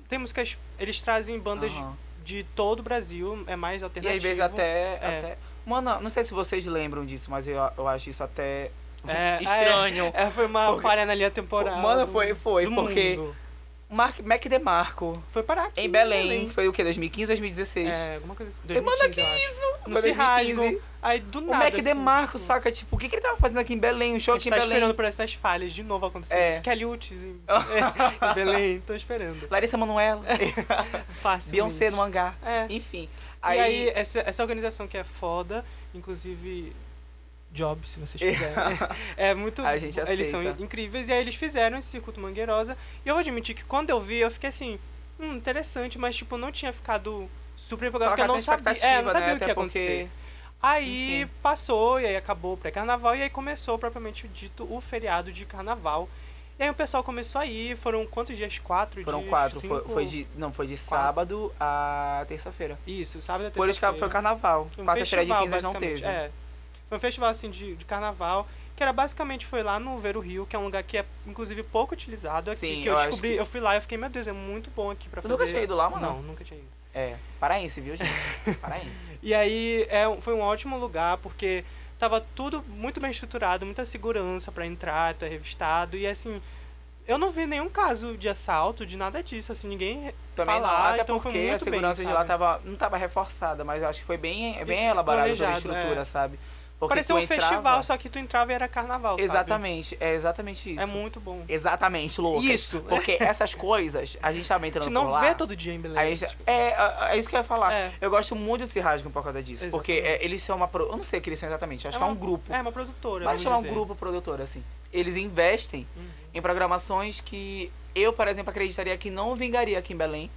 Speaker 1: tem músicas, eles trazem bandas
Speaker 2: Aham.
Speaker 1: de todo o Brasil, é mais
Speaker 2: E
Speaker 1: alternativo.
Speaker 2: às vezes até,
Speaker 1: É.
Speaker 2: até. Mano, não sei se vocês lembram disso, mas eu, eu acho isso até
Speaker 1: É,
Speaker 2: estranho.
Speaker 1: É, foi uma
Speaker 2: Porque-
Speaker 1: falha na linha temporal.
Speaker 2: Mano, foi, foi,
Speaker 1: do
Speaker 2: porque.
Speaker 1: mundo.
Speaker 2: Mark, Mac DeMarco,
Speaker 1: Foi parar aqui.
Speaker 2: em Belém, foi o quê? 2015, 2016?
Speaker 1: É, alguma coisa assim.
Speaker 2: E, mano, que
Speaker 1: 2015, eu acho.
Speaker 2: isso?
Speaker 1: No
Speaker 2: Foi
Speaker 1: se
Speaker 2: 2015.
Speaker 1: rasgam. Aí do
Speaker 2: O
Speaker 1: nada.
Speaker 2: Mac
Speaker 1: assim,
Speaker 2: DeMarco,
Speaker 1: tipo,
Speaker 2: saca? Tipo, o que, que ele tava fazendo aqui em Belém? Um show
Speaker 1: A
Speaker 2: aqui
Speaker 1: gente
Speaker 2: em
Speaker 1: tá
Speaker 2: Belém.
Speaker 1: esperando por essas falhas de novo acontecer.
Speaker 2: É.
Speaker 1: Kelly Uchis em, em Belém, tô esperando.
Speaker 2: Larissa Manoela,
Speaker 1: Fácil.
Speaker 2: Beyoncé no hangar.
Speaker 1: É.
Speaker 2: Enfim.
Speaker 1: E aí, essa, essa organização que é foda, inclusive Job, se vocês quiserem. é muito.
Speaker 2: A gente
Speaker 1: Eles são
Speaker 2: aceita.
Speaker 1: incríveis. E aí eles fizeram esse circuito mangueirosa. E eu vou admitir que quando eu vi, eu fiquei assim, hum, interessante, mas tipo, não tinha ficado super empolgado, porque eu não sabia. É, eu não sabia o que ia acontecer. Aí
Speaker 2: né? enfim.
Speaker 1: passou, e aí acabou o pré-carnaval, e aí começou propriamente dito o feriado de carnaval. E aí o pessoal começou a ir, foram quantos dias? Quatro
Speaker 2: Foram
Speaker 1: dias?
Speaker 2: quatro, foi,
Speaker 1: Cinco?
Speaker 2: foi de. Não, foi de sábado a terça-feira.
Speaker 1: Isso, sábado
Speaker 2: Foi, os ca- foi o carnaval.
Speaker 1: Foi um
Speaker 2: Quarta-feira de
Speaker 1: festival,
Speaker 2: cinzas não
Speaker 1: basicamente,
Speaker 2: teve.
Speaker 1: É. Foi um festival assim de, de carnaval, que era basicamente foi lá no Vero Rio, que é um lugar que é inclusive pouco utilizado aqui,
Speaker 2: Sim,
Speaker 1: que eu,
Speaker 2: eu acho
Speaker 1: descobri,
Speaker 2: que-
Speaker 1: eu fui lá e eu fiquei, meu Deus, é muito bom aqui pra
Speaker 2: Tu
Speaker 1: fazer.
Speaker 2: nunca tinha ido lá, mano?
Speaker 1: Não, nunca tinha ido.
Speaker 2: É. Paraense, viu, gente? Paraense.
Speaker 1: E aí é, um- foi um ótimo lugar, porque Tava tudo muito bem estruturado, muita segurança pra entrar, tu é revistado. E assim, eu não vi nenhum caso de assalto, de nada disso, assim, ninguém
Speaker 2: Também
Speaker 1: falar.
Speaker 2: não, até
Speaker 1: então
Speaker 2: porque
Speaker 1: foi muito
Speaker 2: a segurança
Speaker 1: bem,
Speaker 2: de lá
Speaker 1: sabe?
Speaker 2: tava, não tava reforçada, mas eu acho que foi bem, é bem
Speaker 1: E
Speaker 2: elaborada toda a
Speaker 1: planejado,
Speaker 2: estrutura,
Speaker 1: é.
Speaker 2: sabe? Porque
Speaker 1: Parecia
Speaker 2: tu
Speaker 1: um
Speaker 2: entrava-
Speaker 1: festival, só que tu entrava e era carnaval, sabe?
Speaker 2: Exatamente, é exatamente isso.
Speaker 1: É muito bom.
Speaker 2: Exatamente, louco.
Speaker 1: Isso.
Speaker 2: Porque essas coisas, a gente tava
Speaker 1: A
Speaker 2: entrando
Speaker 1: gente
Speaker 2: por
Speaker 1: não
Speaker 2: lá.
Speaker 1: vê todo dia em Belém. tipo,
Speaker 2: Aí já- é, é, é isso que eu ia falar.
Speaker 1: É.
Speaker 2: Eu gosto muito de se rasgam por causa disso. Porque é, eles são uma. pro- Eu não sei o que eles são exatamente, acho
Speaker 1: É
Speaker 2: que é um
Speaker 1: uma-
Speaker 2: grupo.
Speaker 1: É, uma produtora.
Speaker 2: Mas
Speaker 1: vamos
Speaker 2: chamar um
Speaker 1: dizer.
Speaker 2: grupo produtor, assim. Eles investem
Speaker 1: Uhum.
Speaker 2: em programações que eu, por exemplo, acreditaria que não vingaria aqui em Belém.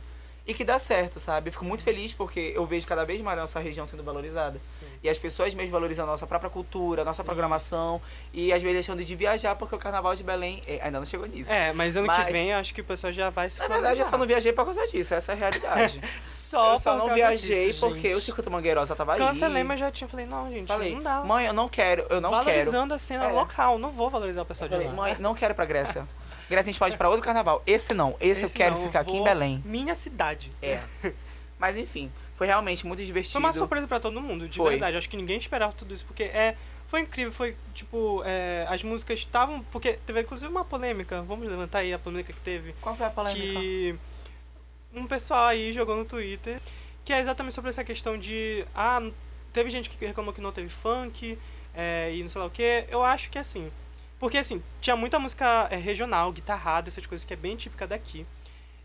Speaker 2: E que dá certo, sabe? Eu fico muito feliz porque eu vejo cada vez mais a nossa região sendo valorizada.
Speaker 1: Sim.
Speaker 2: E as pessoas mesmo valorizam a nossa própria cultura, a nossa programação. E às vezes deixando de viajar porque o carnaval de Belém eh, ainda não chegou nisso.
Speaker 1: É, mas ano
Speaker 2: Mas-
Speaker 1: que vem eu acho que o pessoal já vai se
Speaker 2: Na verdade, eu só não viajei por causa disso, essa é a realidade.
Speaker 1: Só
Speaker 2: eu só
Speaker 1: por
Speaker 2: não
Speaker 1: causa
Speaker 2: viajei
Speaker 1: disso,
Speaker 2: porque
Speaker 1: gente.
Speaker 2: o Circuito Mangueirosa tava ali.
Speaker 1: Cancelei, mas já tinha. Falei, não, gente,
Speaker 2: Falei,
Speaker 1: não dá.
Speaker 2: mãe, eu não quero, eu não quero.
Speaker 1: Valorizando a cena
Speaker 2: É.
Speaker 1: local, não vou valorizar o pessoal de
Speaker 2: Falei,
Speaker 1: lá.
Speaker 2: mãe, não quero ir pra Grécia. Grécia a gente pode ir pra outro carnaval. Esse não, esse, eu
Speaker 1: Esse
Speaker 2: quero
Speaker 1: não,
Speaker 2: ficar aqui em
Speaker 1: vou-
Speaker 2: Belém.
Speaker 1: Minha cidade.
Speaker 2: É. Mas enfim, foi realmente muito divertido.
Speaker 1: Foi uma surpresa pra todo mundo, de
Speaker 2: Foi.
Speaker 1: verdade. Acho que ninguém esperava tudo isso, porque é. Foi incrível, foi tipo, é, as músicas estavam. Porque teve inclusive uma polêmica, vamos levantar aí a polêmica que teve.
Speaker 2: Qual foi a polêmica?
Speaker 1: que um pessoal aí jogou no Twitter, que é exatamente sobre essa questão de ah, n- teve gente que reclamou que não teve funk é, e não sei lá o que. Eu acho que assim, porque assim, tinha muita música é, regional, guitarrada, essas coisas que é bem típica daqui.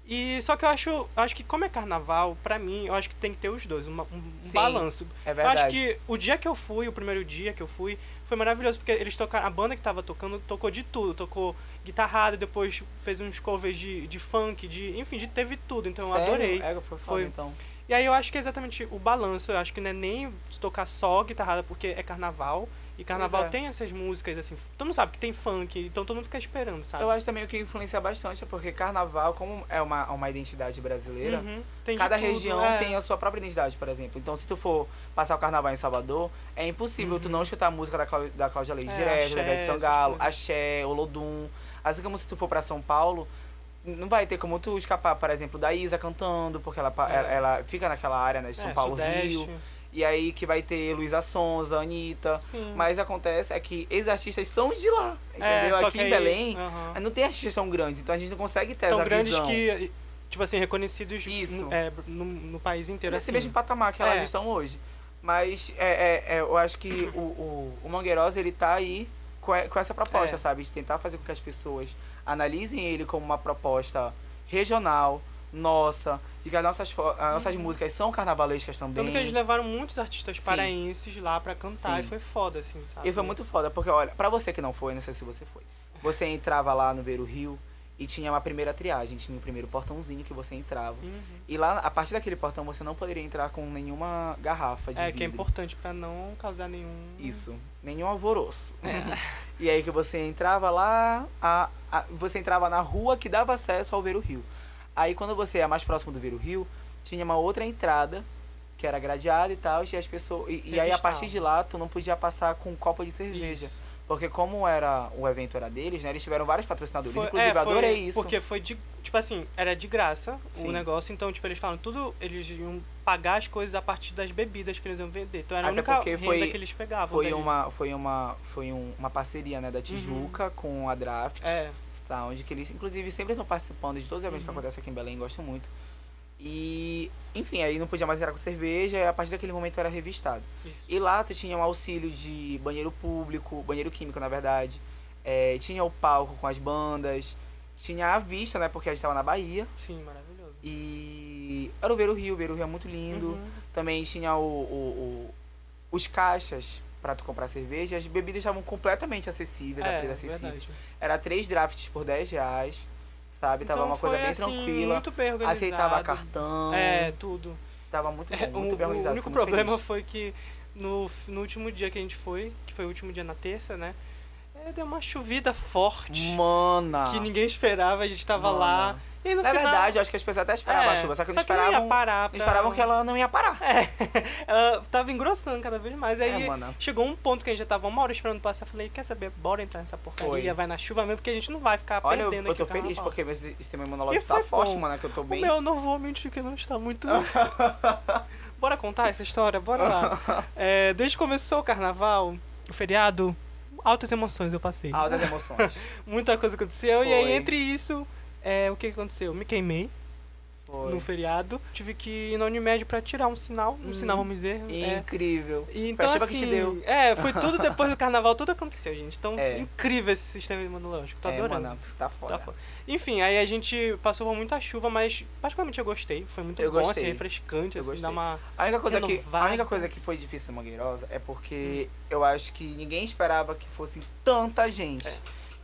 Speaker 1: E só que eu acho, acho que como é carnaval, pra mim, eu acho que tem que ter os dois, uma- um, um
Speaker 2: Sim,
Speaker 1: balanço.
Speaker 2: É
Speaker 1: Eu
Speaker 2: verdade.
Speaker 1: acho que o dia que eu fui, o primeiro dia que eu fui, foi maravilhoso, porque eles tocaram. A banda que tava tocando tocou de tudo. Tocou guitarrada, depois fez uns covers de, de funk, de. Enfim, de, teve tudo. Então
Speaker 2: Sério?
Speaker 1: eu adorei.
Speaker 2: É, foi, foda,
Speaker 1: Foi.
Speaker 2: então.
Speaker 1: E aí eu acho que é exatamente o balanço. Eu acho que não é nem tocar só guitarrada, porque é carnaval. E carnaval
Speaker 2: é.
Speaker 1: tem essas músicas, assim. Todo mundo sabe que tem funk, então todo mundo fica esperando, sabe?
Speaker 2: Eu acho também que influencia bastante, porque carnaval, como é uma, uma identidade brasileira,
Speaker 1: Uhum. Tem de
Speaker 2: Cada
Speaker 1: tudo,
Speaker 2: região
Speaker 1: é.
Speaker 2: tem assim, a sua própria identidade, por exemplo. Então, se tu for passar o carnaval em Salvador, é impossível tu não escutar a música da, Clau- da Cláudia Leite
Speaker 1: Uhum. É,
Speaker 2: direto, da
Speaker 1: axé,
Speaker 2: Ivete São
Speaker 1: essas
Speaker 2: Galo,
Speaker 1: coisas.
Speaker 2: Axé, Olodum. Assim como se tu for pra São Paulo, não vai ter como tu escapar, por exemplo, da Isa cantando, porque ela, pa-
Speaker 1: É.
Speaker 2: ela, ela fica naquela área, né? de São
Speaker 1: É,
Speaker 2: Paulo,
Speaker 1: Sudeste,
Speaker 2: Rio. E aí que vai ter Luísa Sonza, Anitta.
Speaker 1: Sim.
Speaker 2: Mas acontece é que esses artistas são de lá,
Speaker 1: É,
Speaker 2: entendeu?
Speaker 1: só
Speaker 2: Aqui
Speaker 1: que
Speaker 2: em
Speaker 1: aí-
Speaker 2: Belém,
Speaker 1: aham.
Speaker 2: não tem artistas tão grandes, então a gente não consegue ter
Speaker 1: tão
Speaker 2: essa
Speaker 1: grandes
Speaker 2: visão. é
Speaker 1: que, tipo assim, reconhecidos
Speaker 2: Isso.
Speaker 1: é, no, no país inteiro.
Speaker 2: nesse
Speaker 1: assim.
Speaker 2: mesmo patamar que elas
Speaker 1: É.
Speaker 2: estão hoje. Mas é, é, é, eu acho que o, o, o Mangueirosa, ele tá aí com, e- com essa proposta,
Speaker 1: É.
Speaker 2: sabe? De tentar fazer com que as pessoas analisem ele como uma proposta regional, nossa, e que as nossas, fo- as nossas músicas são carnavalescas também.
Speaker 1: Tanto Uhum. que eles levaram muitos artistas
Speaker 2: Sim.
Speaker 1: paraenses lá pra cantar
Speaker 2: Sim.
Speaker 1: e foi foda, assim, sabe?
Speaker 2: E foi é muito foda, porque olha, pra você que não foi, não sei se você foi, você entrava lá no Beiro Rio e tinha uma primeira triagem, tinha o primeiro portãozinho que você entrava.
Speaker 1: Uhum.
Speaker 2: E lá, a partir daquele portão, você não poderia entrar com nenhuma garrafa de
Speaker 1: É, que é
Speaker 2: vidro.
Speaker 1: importante pra não causar nenhum.
Speaker 2: Isso, nenhum alvoroço.
Speaker 1: É.
Speaker 2: e aí que você entrava lá, a, a- você entrava na rua que dava acesso ao Vero Rio. Aí quando você ia mais próximo do Vero Rio, tinha uma outra entrada que era gradeada e tal, e as pessoas. E, e aí a
Speaker 1: Revistava.
Speaker 2: partir de lá tu não podia passar com um copo de cerveja.
Speaker 1: Isso.
Speaker 2: Porque como era o evento era deles, né? Eles tiveram vários patrocinadores.
Speaker 1: Foi, é,
Speaker 2: Inclusive, eu
Speaker 1: foi,
Speaker 2: adorei isso.
Speaker 1: Porque foi de. Tipo assim, era de graça
Speaker 2: Sim.
Speaker 1: o negócio, então, tipo, eles falam tudo. Eles iam pagar as coisas a partir das bebidas que eles iam vender. Então era
Speaker 2: Até
Speaker 1: a única
Speaker 2: porque
Speaker 1: renda
Speaker 2: foi-
Speaker 1: que eles pegavam.
Speaker 2: Foi
Speaker 1: dali. Uhum.
Speaker 2: uma, foi uma, foi um- uma parceria, né, da Tijuca com a Draft.
Speaker 1: É,
Speaker 2: Sound, que eles inclusive sempre estão participando de todos os eventos que
Speaker 1: Uhum.
Speaker 2: acontecem aqui em Belém, gosto muito. E, enfim, aí não podia mais entrar com cerveja, e a partir daquele momento era revistado.
Speaker 1: isso.
Speaker 2: E lá tu tinha um auxílio de banheiro público, banheiro químico na verdade, é, tinha o palco com as bandas, tinha a vista, né, porque a gente tava na Bahia,
Speaker 1: Sim, maravilhoso.
Speaker 2: e era o Ver o Rio, o Ver o Rio é muito lindo.
Speaker 1: Uhum.
Speaker 2: Também tinha o, o- o- os caixas pra tu comprar cerveja, as bebidas estavam completamente acessíveis, a
Speaker 1: É,
Speaker 2: preço acessível
Speaker 1: verdade.
Speaker 2: era três drafts por 10 reais, sabe? tava
Speaker 1: Então
Speaker 2: uma coisa
Speaker 1: foi,
Speaker 2: bem
Speaker 1: assim,
Speaker 2: tranquila.
Speaker 1: Muito bem organizado.
Speaker 2: Aceitava cartão,
Speaker 1: É, tudo.
Speaker 2: tava muito bom,
Speaker 1: É,
Speaker 2: muito
Speaker 1: o,
Speaker 2: bem
Speaker 1: o
Speaker 2: organizado.
Speaker 1: único
Speaker 2: fico muito
Speaker 1: problema
Speaker 2: feliz.
Speaker 1: foi que no, no último dia que a gente foi, que foi o último dia na terça, né? é, deu uma chuvida forte.
Speaker 2: Mana!
Speaker 1: Que ninguém esperava, a gente tava
Speaker 2: mana.
Speaker 1: lá. E aí no
Speaker 2: Na
Speaker 1: final.
Speaker 2: verdade, eu acho que as pessoas até esperavam
Speaker 1: é,
Speaker 2: a chuva, só que eles
Speaker 1: só não
Speaker 2: esperavam.
Speaker 1: ia parar É,
Speaker 2: eles esperavam
Speaker 1: pra-
Speaker 2: que ela não ia parar.
Speaker 1: Ela tava engrossando cada vez mais. Aí
Speaker 2: É, mana.
Speaker 1: chegou um ponto que a gente já tava uma hora esperando passar. Eu falei, quer saber? Bora entrar nessa porcaria,
Speaker 2: Foi.
Speaker 1: vai na chuva mesmo, porque a gente não vai ficar
Speaker 2: Olha, eu,
Speaker 1: perdendo
Speaker 2: eu
Speaker 1: aqui
Speaker 2: tô
Speaker 1: o
Speaker 2: feliz
Speaker 1: carnaval."
Speaker 2: porque meu sistema imunológico
Speaker 1: E
Speaker 2: tá
Speaker 1: foi
Speaker 2: forte,
Speaker 1: bom.
Speaker 2: mana, que eu tô
Speaker 1: O
Speaker 2: bem.
Speaker 1: meu, eu não vou mentir que não está muito. bom. Bora contar essa história? Bora lá. É, desde que começou o carnaval, o feriado, altas emoções eu passei.
Speaker 2: Altas emoções.
Speaker 1: Muita coisa aconteceu. E
Speaker 2: Foi.
Speaker 1: aí, entre isso, é, o que aconteceu? Me queimei
Speaker 2: Foi.
Speaker 1: no feriado. Tive que ir na Unimed pra tirar um sinal. Um
Speaker 2: Hum.
Speaker 1: sinal, vamos dizer. é.
Speaker 2: Incrível.
Speaker 1: E então,
Speaker 2: Festival
Speaker 1: assim,
Speaker 2: que te deu.
Speaker 1: É, foi tudo depois do carnaval, tudo aconteceu, gente. Então,
Speaker 2: É.
Speaker 1: incrível esse sistema imunológico. Tô
Speaker 2: É,
Speaker 1: adorando.
Speaker 2: mano, tá foda.
Speaker 1: Tá foda. Enfim, aí a gente passou por muita chuva, mas particularmente eu gostei. Foi muito
Speaker 2: Eu
Speaker 1: bom,
Speaker 2: gostei.
Speaker 1: assim, refrescante,
Speaker 2: Eu
Speaker 1: assim,
Speaker 2: gostei.
Speaker 1: dá uma.
Speaker 2: A única, coisa que, a
Speaker 1: Renovado.
Speaker 2: única coisa que foi difícil na Mangueirosa é porque
Speaker 1: Hum.
Speaker 2: eu acho que ninguém esperava que fosse tanta gente.
Speaker 1: É.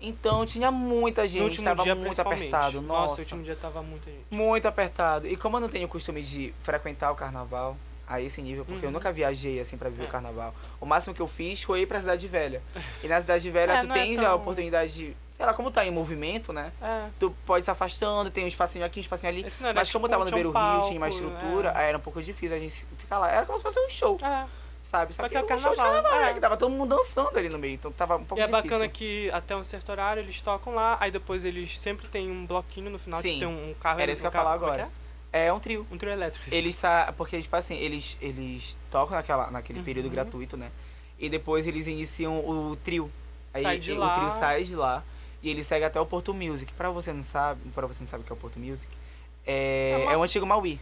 Speaker 2: Então tinha muita
Speaker 1: no
Speaker 2: gente,
Speaker 1: último
Speaker 2: estava
Speaker 1: dia,
Speaker 2: muito
Speaker 1: principalmente.
Speaker 2: apertado.
Speaker 1: Nossa,
Speaker 2: Nossa,
Speaker 1: o último dia tava muita gente.
Speaker 2: muito apertado. E como eu não tenho o costume de frequentar o carnaval a esse nível, porque eu
Speaker 1: Uhum.
Speaker 2: nunca viajei assim pra viver
Speaker 1: É.
Speaker 2: o carnaval, o máximo que eu fiz foi ir pra Cidade Velha. E na Cidade Velha
Speaker 1: É,
Speaker 2: tu
Speaker 1: não é
Speaker 2: tens a
Speaker 1: tão-
Speaker 2: oportunidade de, sei lá, como tá em movimento, né?
Speaker 1: É.
Speaker 2: Tu pode se afastando, tem um espacinho aqui, um espacinho ali.
Speaker 1: Esse não era,
Speaker 2: Mas como
Speaker 1: tipo,
Speaker 2: tava no
Speaker 1: tinha um
Speaker 2: Beiro Rio, tinha mais
Speaker 1: palco, né?
Speaker 2: estrutura, aí era um pouco difícil a gente ficar lá. Era como se fosse um show,
Speaker 1: É.
Speaker 2: sabe? Só
Speaker 1: Só
Speaker 2: que
Speaker 1: que é
Speaker 2: era
Speaker 1: o
Speaker 2: um show de
Speaker 1: carnaval,
Speaker 2: carnaval,
Speaker 1: é.
Speaker 2: é, que tava todo mundo dançando ali no meio, então tava um pouco
Speaker 1: E é
Speaker 2: difícil.
Speaker 1: bacana que até um certo horário eles tocam lá, aí depois eles sempre tem um bloquinho no final, tipo,
Speaker 2: Sim.
Speaker 1: tem um carro
Speaker 2: Era isso que
Speaker 1: um
Speaker 2: eu ia falar
Speaker 1: carro- como é
Speaker 2: agora. É um trio.
Speaker 1: que é? Um trio elétrico.
Speaker 2: Eles sa... Porque, tipo assim, eles, eles tocam naquela, naquele período
Speaker 1: Uhum.
Speaker 2: gratuito, né? E depois eles iniciam o trio. Aí
Speaker 1: Sai de
Speaker 2: o
Speaker 1: lá.
Speaker 2: trio sai de lá e ele segue até o Porto Music. Pra você não sabe, para você não sabe o que é o Porto Music, é,
Speaker 1: É uma-
Speaker 2: é o antigo Maui.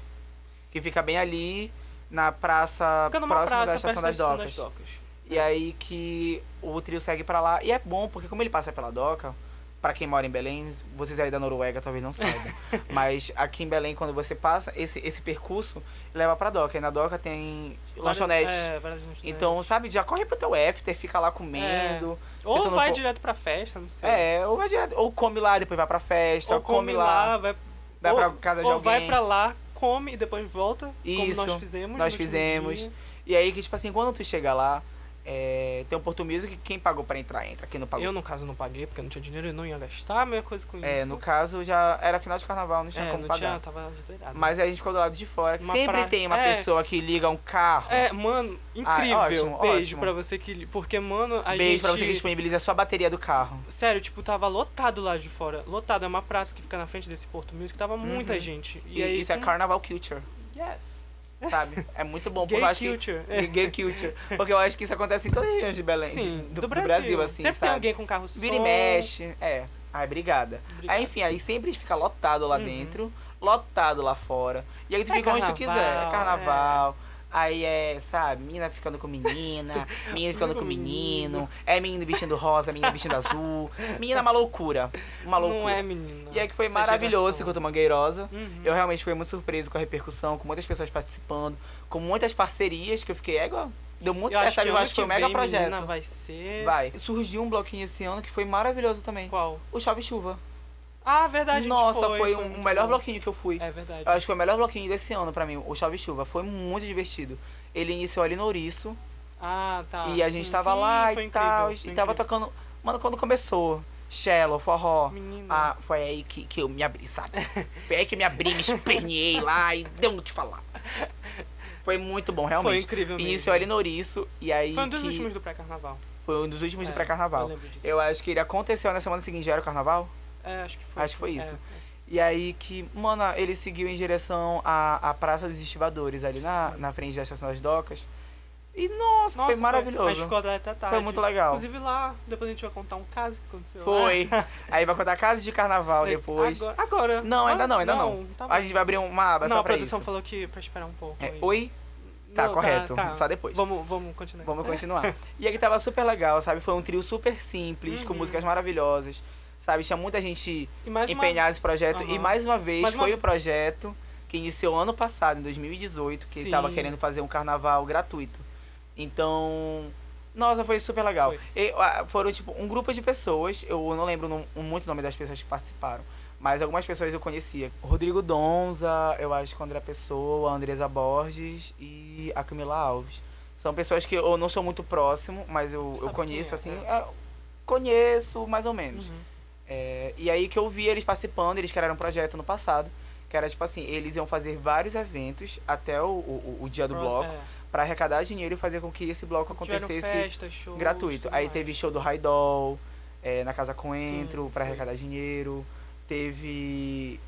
Speaker 2: Que fica bem ali na praça
Speaker 1: Fica numa
Speaker 2: próxima
Speaker 1: praça,
Speaker 2: da Estação
Speaker 1: perto da
Speaker 2: das
Speaker 1: Estação
Speaker 2: Docas.
Speaker 1: Docas.
Speaker 2: E aí que o trio segue pra lá. E é bom, porque como ele passa pela doca, pra quem mora em Belém, vocês aí da Noruega talvez não saibam. mas aqui em Belém, quando você passa, esse, esse percurso leva pra doca. E na doca tem lanchonete.
Speaker 1: Várias- é, várias lanchonetes.
Speaker 2: Então, sabe, já corre pro teu after, fica lá comendo.
Speaker 1: Ou
Speaker 2: tentando
Speaker 1: vai
Speaker 2: fo-
Speaker 1: direto pra festa, não sei.
Speaker 2: É, ou vai direto. Ou come lá, depois vai pra festa,
Speaker 1: ou
Speaker 2: ou come, lá,
Speaker 1: vai,
Speaker 2: vai
Speaker 1: ou,
Speaker 2: pra casa de
Speaker 1: ou
Speaker 2: alguém.
Speaker 1: vai pra lá, come e depois volta,
Speaker 2: Isso,
Speaker 1: como nós fizemos.
Speaker 2: nós
Speaker 1: no último
Speaker 2: fizemos.
Speaker 1: dia.
Speaker 2: E aí que, tipo assim, quando tu chega lá, é, tem um Porto Music, quem pagou pra entrar, entra. Quem não pagou.
Speaker 1: Eu, no caso, não paguei, porque eu não tinha dinheiro e não ia gastar a mesma coisa com
Speaker 2: É,
Speaker 1: isso.
Speaker 2: no caso já era final de carnaval, não tinha
Speaker 1: é,
Speaker 2: como
Speaker 1: não
Speaker 2: pagar.
Speaker 1: tinha, tava adoidado.
Speaker 2: Mas a gente ficou do lado de fora. que
Speaker 1: Uma
Speaker 2: sempre
Speaker 1: praia.
Speaker 2: tem uma
Speaker 1: É.
Speaker 2: pessoa que liga um carro.
Speaker 1: É, mano,
Speaker 2: Ah,
Speaker 1: incrível.
Speaker 2: ótimo,
Speaker 1: Beijo
Speaker 2: ótimo.
Speaker 1: pra você que. Porque, mano, a
Speaker 2: Beijo
Speaker 1: gente.
Speaker 2: pra você que disponibiliza só a bateria do carro.
Speaker 1: Sério, tipo, tava lotado lá de fora. Lotado, é uma praça que fica na frente desse Porto Music, tava muita
Speaker 2: Uhum.
Speaker 1: gente.
Speaker 2: E,
Speaker 1: E, aí.
Speaker 2: isso é
Speaker 1: hum,
Speaker 2: carnaval culture,
Speaker 1: Yes.
Speaker 2: sabe? É muito bom, porque
Speaker 1: Gay
Speaker 2: eu acho que.
Speaker 1: culture. É.
Speaker 2: Gay culture. Porque eu acho que isso acontece em todas as regiões de Belém.
Speaker 1: Sim, do,
Speaker 2: de- do,
Speaker 1: Brasil.
Speaker 2: assim,
Speaker 1: Sempre
Speaker 2: sabe?
Speaker 1: tem alguém com carro som.
Speaker 2: Vira e mexe. É. Ai, obrigada.
Speaker 1: Obrigado.
Speaker 2: Aí, enfim, aí sempre fica lotado lá
Speaker 1: Uhum.
Speaker 2: dentro, lotado lá fora. E aí tu
Speaker 1: É
Speaker 2: fica onde tu
Speaker 1: carnaval,
Speaker 2: quiser. É
Speaker 1: é.
Speaker 2: carnaval. Aí é, sabe, menina ficando com menina, menina ficando com
Speaker 1: com
Speaker 2: menino, é menino vestindo rosa, menino vestindo azul. Menina é uma loucura. Uma loucura.
Speaker 1: Não é, menina.
Speaker 2: E aí que foi
Speaker 1: Essa
Speaker 2: maravilhoso
Speaker 1: geração.
Speaker 2: enquanto Mangueirosa.
Speaker 1: é Uhum.
Speaker 2: Eu realmente fiquei muito surpreso com a repercussão, com muitas pessoas participando, com muitas parcerias que eu fiquei, égua, deu muito
Speaker 1: Eu
Speaker 2: certo,
Speaker 1: acho
Speaker 2: sabe?
Speaker 1: que
Speaker 2: Eu acho que foi um mega projeto.
Speaker 1: Menina vai ser.
Speaker 2: Vai. Surgiu um bloquinho esse ano que foi maravilhoso também.
Speaker 1: Qual?
Speaker 2: O Chove Chuva.
Speaker 1: Ah, verdade,
Speaker 2: Nossa,
Speaker 1: a
Speaker 2: foi,
Speaker 1: gente
Speaker 2: um-
Speaker 1: muito
Speaker 2: o melhor
Speaker 1: bom.
Speaker 2: bloquinho que eu fui.
Speaker 1: É verdade.
Speaker 2: Eu acho que foi o melhor bloquinho desse ano pra mim, o Chove Chuva. Foi muito divertido. Ele iniciou ali no Ouriço
Speaker 1: Ah, tá.
Speaker 2: e a gente
Speaker 1: Sim,
Speaker 2: tava
Speaker 1: sim,
Speaker 2: lá
Speaker 1: foi
Speaker 2: e
Speaker 1: incrível,
Speaker 2: tal.
Speaker 1: foi
Speaker 2: E tava
Speaker 1: incrível.
Speaker 2: tocando. Mano, quando começou, Shello, forró.
Speaker 1: Menina.
Speaker 2: Ah, foi aí que, que eu me abri, sabe? Foi aí que eu me abri, me esperneei lá e deu no que falar. Foi muito bom,
Speaker 1: foi
Speaker 2: realmente.
Speaker 1: incrível mesmo.
Speaker 2: Iniciou ali no Ouriço e aí.
Speaker 1: Foi um dos
Speaker 2: que-
Speaker 1: últimos do pré-carnaval.
Speaker 2: Foi um dos últimos
Speaker 1: É,
Speaker 2: do pré-carnaval.
Speaker 1: Eu lembro disso.
Speaker 2: Eu acho que ele aconteceu na semana seguinte, já era o carnaval?
Speaker 1: É, acho que foi.
Speaker 2: acho que foi isso.
Speaker 1: É.
Speaker 2: E aí que, mano, ele seguiu em direção à, à Praça dos Estivadores, ali na, na frente da Estação das Docas. E nossa,
Speaker 1: Nossa,
Speaker 2: foi maravilhoso.
Speaker 1: A gente ficou até tarde.
Speaker 2: Foi muito legal.
Speaker 1: tipo, Inclusive lá, depois a gente vai contar um caso que aconteceu.
Speaker 2: Foi. aí vai contar casos de carnaval
Speaker 1: lá.
Speaker 2: depois.
Speaker 1: Agora. agora.
Speaker 2: Não, ainda
Speaker 1: Ah,
Speaker 2: não, ainda não.
Speaker 1: Tá bom.
Speaker 2: A gente vai abrir uma aba
Speaker 1: não,
Speaker 2: só
Speaker 1: a
Speaker 2: pra
Speaker 1: produção
Speaker 2: isso.
Speaker 1: falou que pra esperar um pouco.
Speaker 2: É,
Speaker 1: aí.
Speaker 2: oi? Tá,
Speaker 1: Não,
Speaker 2: correto.
Speaker 1: tá.
Speaker 2: Só depois.
Speaker 1: Vamos, vamos continuar.
Speaker 2: Vamos continuar. e aí que tava super legal, sabe? Foi um trio super simples, com
Speaker 1: Uhum.
Speaker 2: músicas maravilhosas. Sabe, tinha muita gente
Speaker 1: E mais uma-
Speaker 2: empenhada nesse projeto. E
Speaker 1: Aham.
Speaker 2: mais uma vez
Speaker 1: Mais uma
Speaker 2: foi
Speaker 1: ve-
Speaker 2: o projeto que iniciou ano passado, em 2018, que ele
Speaker 1: Sim.
Speaker 2: tava querendo fazer um carnaval gratuito. Então, nossa, foi super legal.
Speaker 1: Foi.
Speaker 2: E, ah, foram, tipo, um grupo de pessoas, eu não lembro no- muito o nome das pessoas que participaram, mas algumas pessoas eu conhecia. Rodrigo Donza, eu acho que o André Pessoa, a Andresa Borges e a Camila Alves. São pessoas que eu não sou muito próximo, mas eu, eu
Speaker 1: Sabe
Speaker 2: conheço, assim,
Speaker 1: quem é,
Speaker 2: é, conheço mais ou menos.
Speaker 1: Uhum.
Speaker 2: É, e aí que eu vi eles participando, eles criaram um projeto no passado, que era tipo assim, eles iam fazer vários eventos até o, o, o dia do
Speaker 1: Pronto,
Speaker 2: bloco,
Speaker 1: é.
Speaker 2: pra arrecadar dinheiro e fazer com que esse bloco
Speaker 1: Tiveram
Speaker 2: acontecesse
Speaker 1: festas, shows,
Speaker 2: gratuito.
Speaker 1: tudo
Speaker 2: Aí
Speaker 1: mais.
Speaker 2: teve show do Raidol, é, na Casa Coentro,
Speaker 1: Sim,
Speaker 2: pra
Speaker 1: foi.
Speaker 2: arrecadar dinheiro, teve...